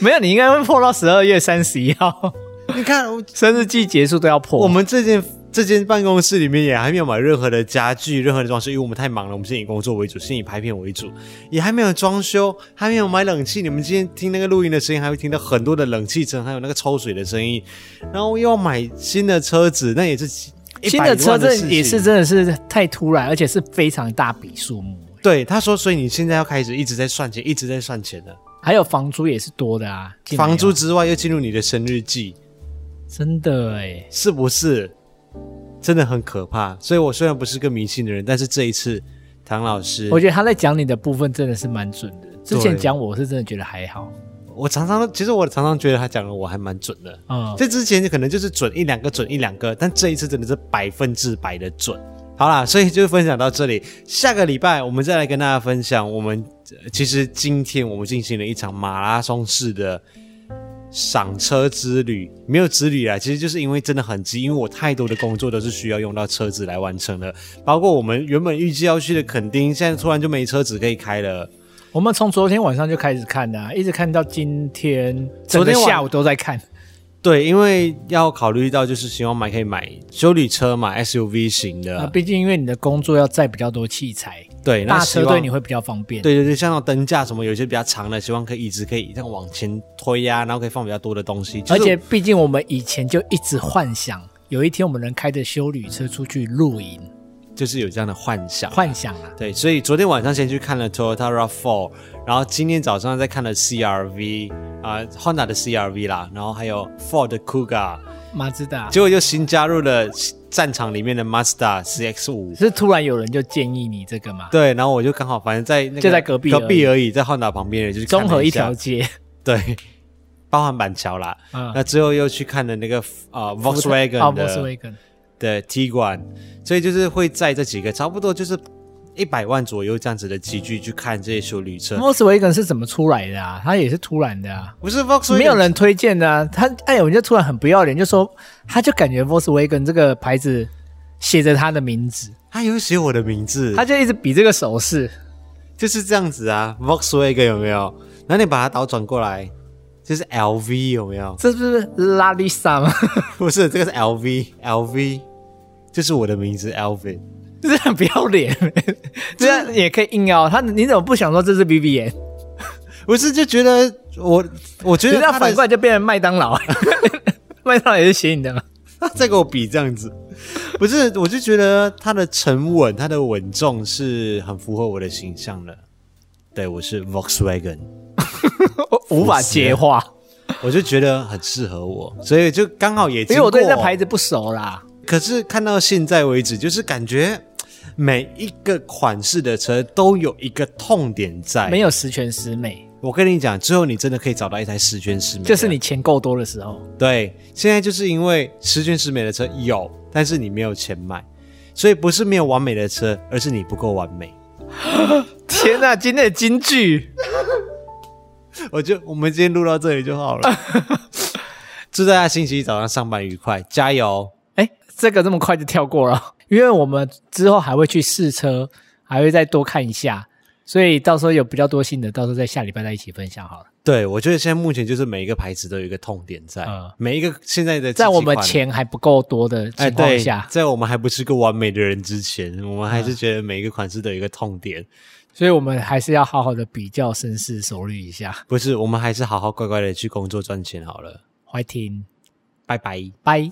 Speaker 2: 没有，你应该会破到十二月三十一号，
Speaker 1: 你看我
Speaker 2: 生日季结束都要破。
Speaker 1: 我们这间。这间办公室里面也还没有买任何的家具、任何的装饰，因为我们太忙了。我们先以工作为主，先以拍片为主，也还没有装修，还没有买冷气。你们今天听那个录音的声音，还会听到很多的冷气声，还有那个抽水的声音。然后又要买新的车子，那也是几100
Speaker 2: 新
Speaker 1: 万
Speaker 2: 的车
Speaker 1: 的
Speaker 2: 这
Speaker 1: 事情
Speaker 2: 也是真的是太突然，而且是非常大笔数目。
Speaker 1: 对他说，所以你现在要开始一直在算钱，一直在算钱了。
Speaker 2: 还有房租也是多的啊，进来啊
Speaker 1: 房租之外又进入你的生日季，
Speaker 2: 真的哎，
Speaker 1: 是不是？真的很可怕。所以我虽然不是个迷信的人，但是这一次唐老师，
Speaker 2: 我觉得他在讲你的部分真的是蛮准的。之前
Speaker 1: 对
Speaker 2: 讲我是真的觉得还好，
Speaker 1: 我常常其实我常常觉得他讲的我还蛮准的。
Speaker 2: 嗯，
Speaker 1: 这之前可能就是准一两个，准一两个，但这一次真的是百分之百的准。好啦，所以就分享到这里。下个礼拜我们再来跟大家分享，我们呃其实今天我们进行了一场马拉松式的赏车之旅，没有之旅啦，其实就是因为真的很急，因为我太多的工作都是需要用到车子来完成的，包括我们原本预计要去的垦丁，现在突然就没车子可以开了。
Speaker 2: 我们从昨天晚上就开始看的、啊，一直看到今天，整
Speaker 1: 昨
Speaker 2: 个
Speaker 1: 天晚
Speaker 2: 下午都在看。
Speaker 1: 对，因为要考虑到就是希望买可以买修理车嘛，SUV 型的，
Speaker 2: 啊，毕竟因为你的工作要载比较多器材，
Speaker 1: 对，那
Speaker 2: 大
Speaker 1: 希
Speaker 2: 车
Speaker 1: 望
Speaker 2: 对你会比较方便。，
Speaker 1: 对对对，像那种灯架什么，有一些比较长的，希望可以椅子可以这样往前推呀、然后可以放比较多的东西。就是
Speaker 2: 而且毕竟我们以前就一直幻想有一天我们能开着修旅车出去露营，
Speaker 1: 就是有这样的幻想，
Speaker 2: 幻想啊，
Speaker 1: 对，所以昨天晚上先去看了 Toyota RAV4，然后今天早上再看了 CRV 啊、Honda 的 CRV 啦，然后还有 Ford 的 Kuga，
Speaker 2: 马自达。
Speaker 1: 结果又新加入了战场里面的 Mazda CX 5
Speaker 2: 是突然有人就建议你这个嘛？
Speaker 1: 对，然后我就刚好，反正在那个
Speaker 2: 就在隔壁
Speaker 1: 隔
Speaker 2: 而已
Speaker 1: 壁而已，在 Honda 旁边，就是看了
Speaker 2: 综合一
Speaker 1: 下
Speaker 2: 条街，
Speaker 1: 对，包含板桥啦。
Speaker 2: 嗯
Speaker 1: 那之后又去看了那个啊、呃、
Speaker 2: 哦
Speaker 1: Volkswagen 的
Speaker 2: Volkswagen
Speaker 1: 的 T 馆，所以就是会在这几个差不多就是一百万左右这样子的集聚去看这些修旅车，
Speaker 2: Volkswagen 是怎么出来的啊？它也是突然的啊，
Speaker 1: 不是 Volkswagen
Speaker 2: 没有人推荐的啊。他哎，我就突然很不要脸，就说他就感觉 Volkswagen 这个牌子写着他的名字，
Speaker 1: 他有写我的名字，
Speaker 2: 他就一直比这个手势。
Speaker 1: 就是这样子啊，Volkswagen 有没有？然后你把它倒转过来，就是 LV 有没有？
Speaker 2: 这是不是拉力萨 吗？
Speaker 1: 不是，这个是 LV，LV 就是我的名字 Alvin。
Speaker 2: 就是很不要脸，这样也可以硬要他。你怎么不想说这是 B B 眼？
Speaker 1: 不是就觉得我，我觉
Speaker 2: 你
Speaker 1: 得
Speaker 2: 这样
Speaker 1: 他
Speaker 2: 反
Speaker 1: 的
Speaker 2: 过来就变成麦 当劳，麦当劳也是写你的嘛？
Speaker 1: 再跟我比这样子，不是，我就觉得他的沉稳，他的稳重是很符合我的形象的。对，我是 Volkswagen，
Speaker 2: 我无法接话，
Speaker 1: 我就觉得很适合我，所以就刚好也
Speaker 2: 因为我对这牌
Speaker 1: 子。
Speaker 2: 子不熟啦。
Speaker 1: 可是看到现在为止，就是感觉每一个款式的车都有一个痛点在。
Speaker 2: 没，有十全十美，
Speaker 1: 我跟你讲，之后你真的可以找到一台十全十美的。
Speaker 2: 就是你钱够多的时候。
Speaker 1: 对，现在就是因为十全十美的车有，但是你没有钱买，所以不是没有完美的车，而是你不够完美。
Speaker 2: 天哪、今天的金句，
Speaker 1: 我就我们今天录到这里就好 了。祝大家星期一早上上班愉快，加油！
Speaker 2: 哎，这个这么快就跳过了， 因为我们之后还会去试车，还会再多看一下，所以到时候有比较多新的，到时候在下礼拜再一起分享好了。
Speaker 1: 对，我觉得现在目前就是每一个牌子都有一个痛点在，
Speaker 2: 嗯
Speaker 1: 每一个现在的
Speaker 2: 在我们
Speaker 1: 前。
Speaker 2: 钱还不够多的
Speaker 1: 哎，
Speaker 2: 情况
Speaker 1: 对
Speaker 2: 下，，嗯
Speaker 1: 在我们还不是个完美的人之前，我们还是觉得每一个款式都有一个痛点。
Speaker 2: 所以我们还是要好好的比较、深思熟虑一下。
Speaker 1: 不是，我们还是好好乖乖的去工作赚钱好了。
Speaker 2: 欢迎，
Speaker 1: 拜拜。
Speaker 2: 拜。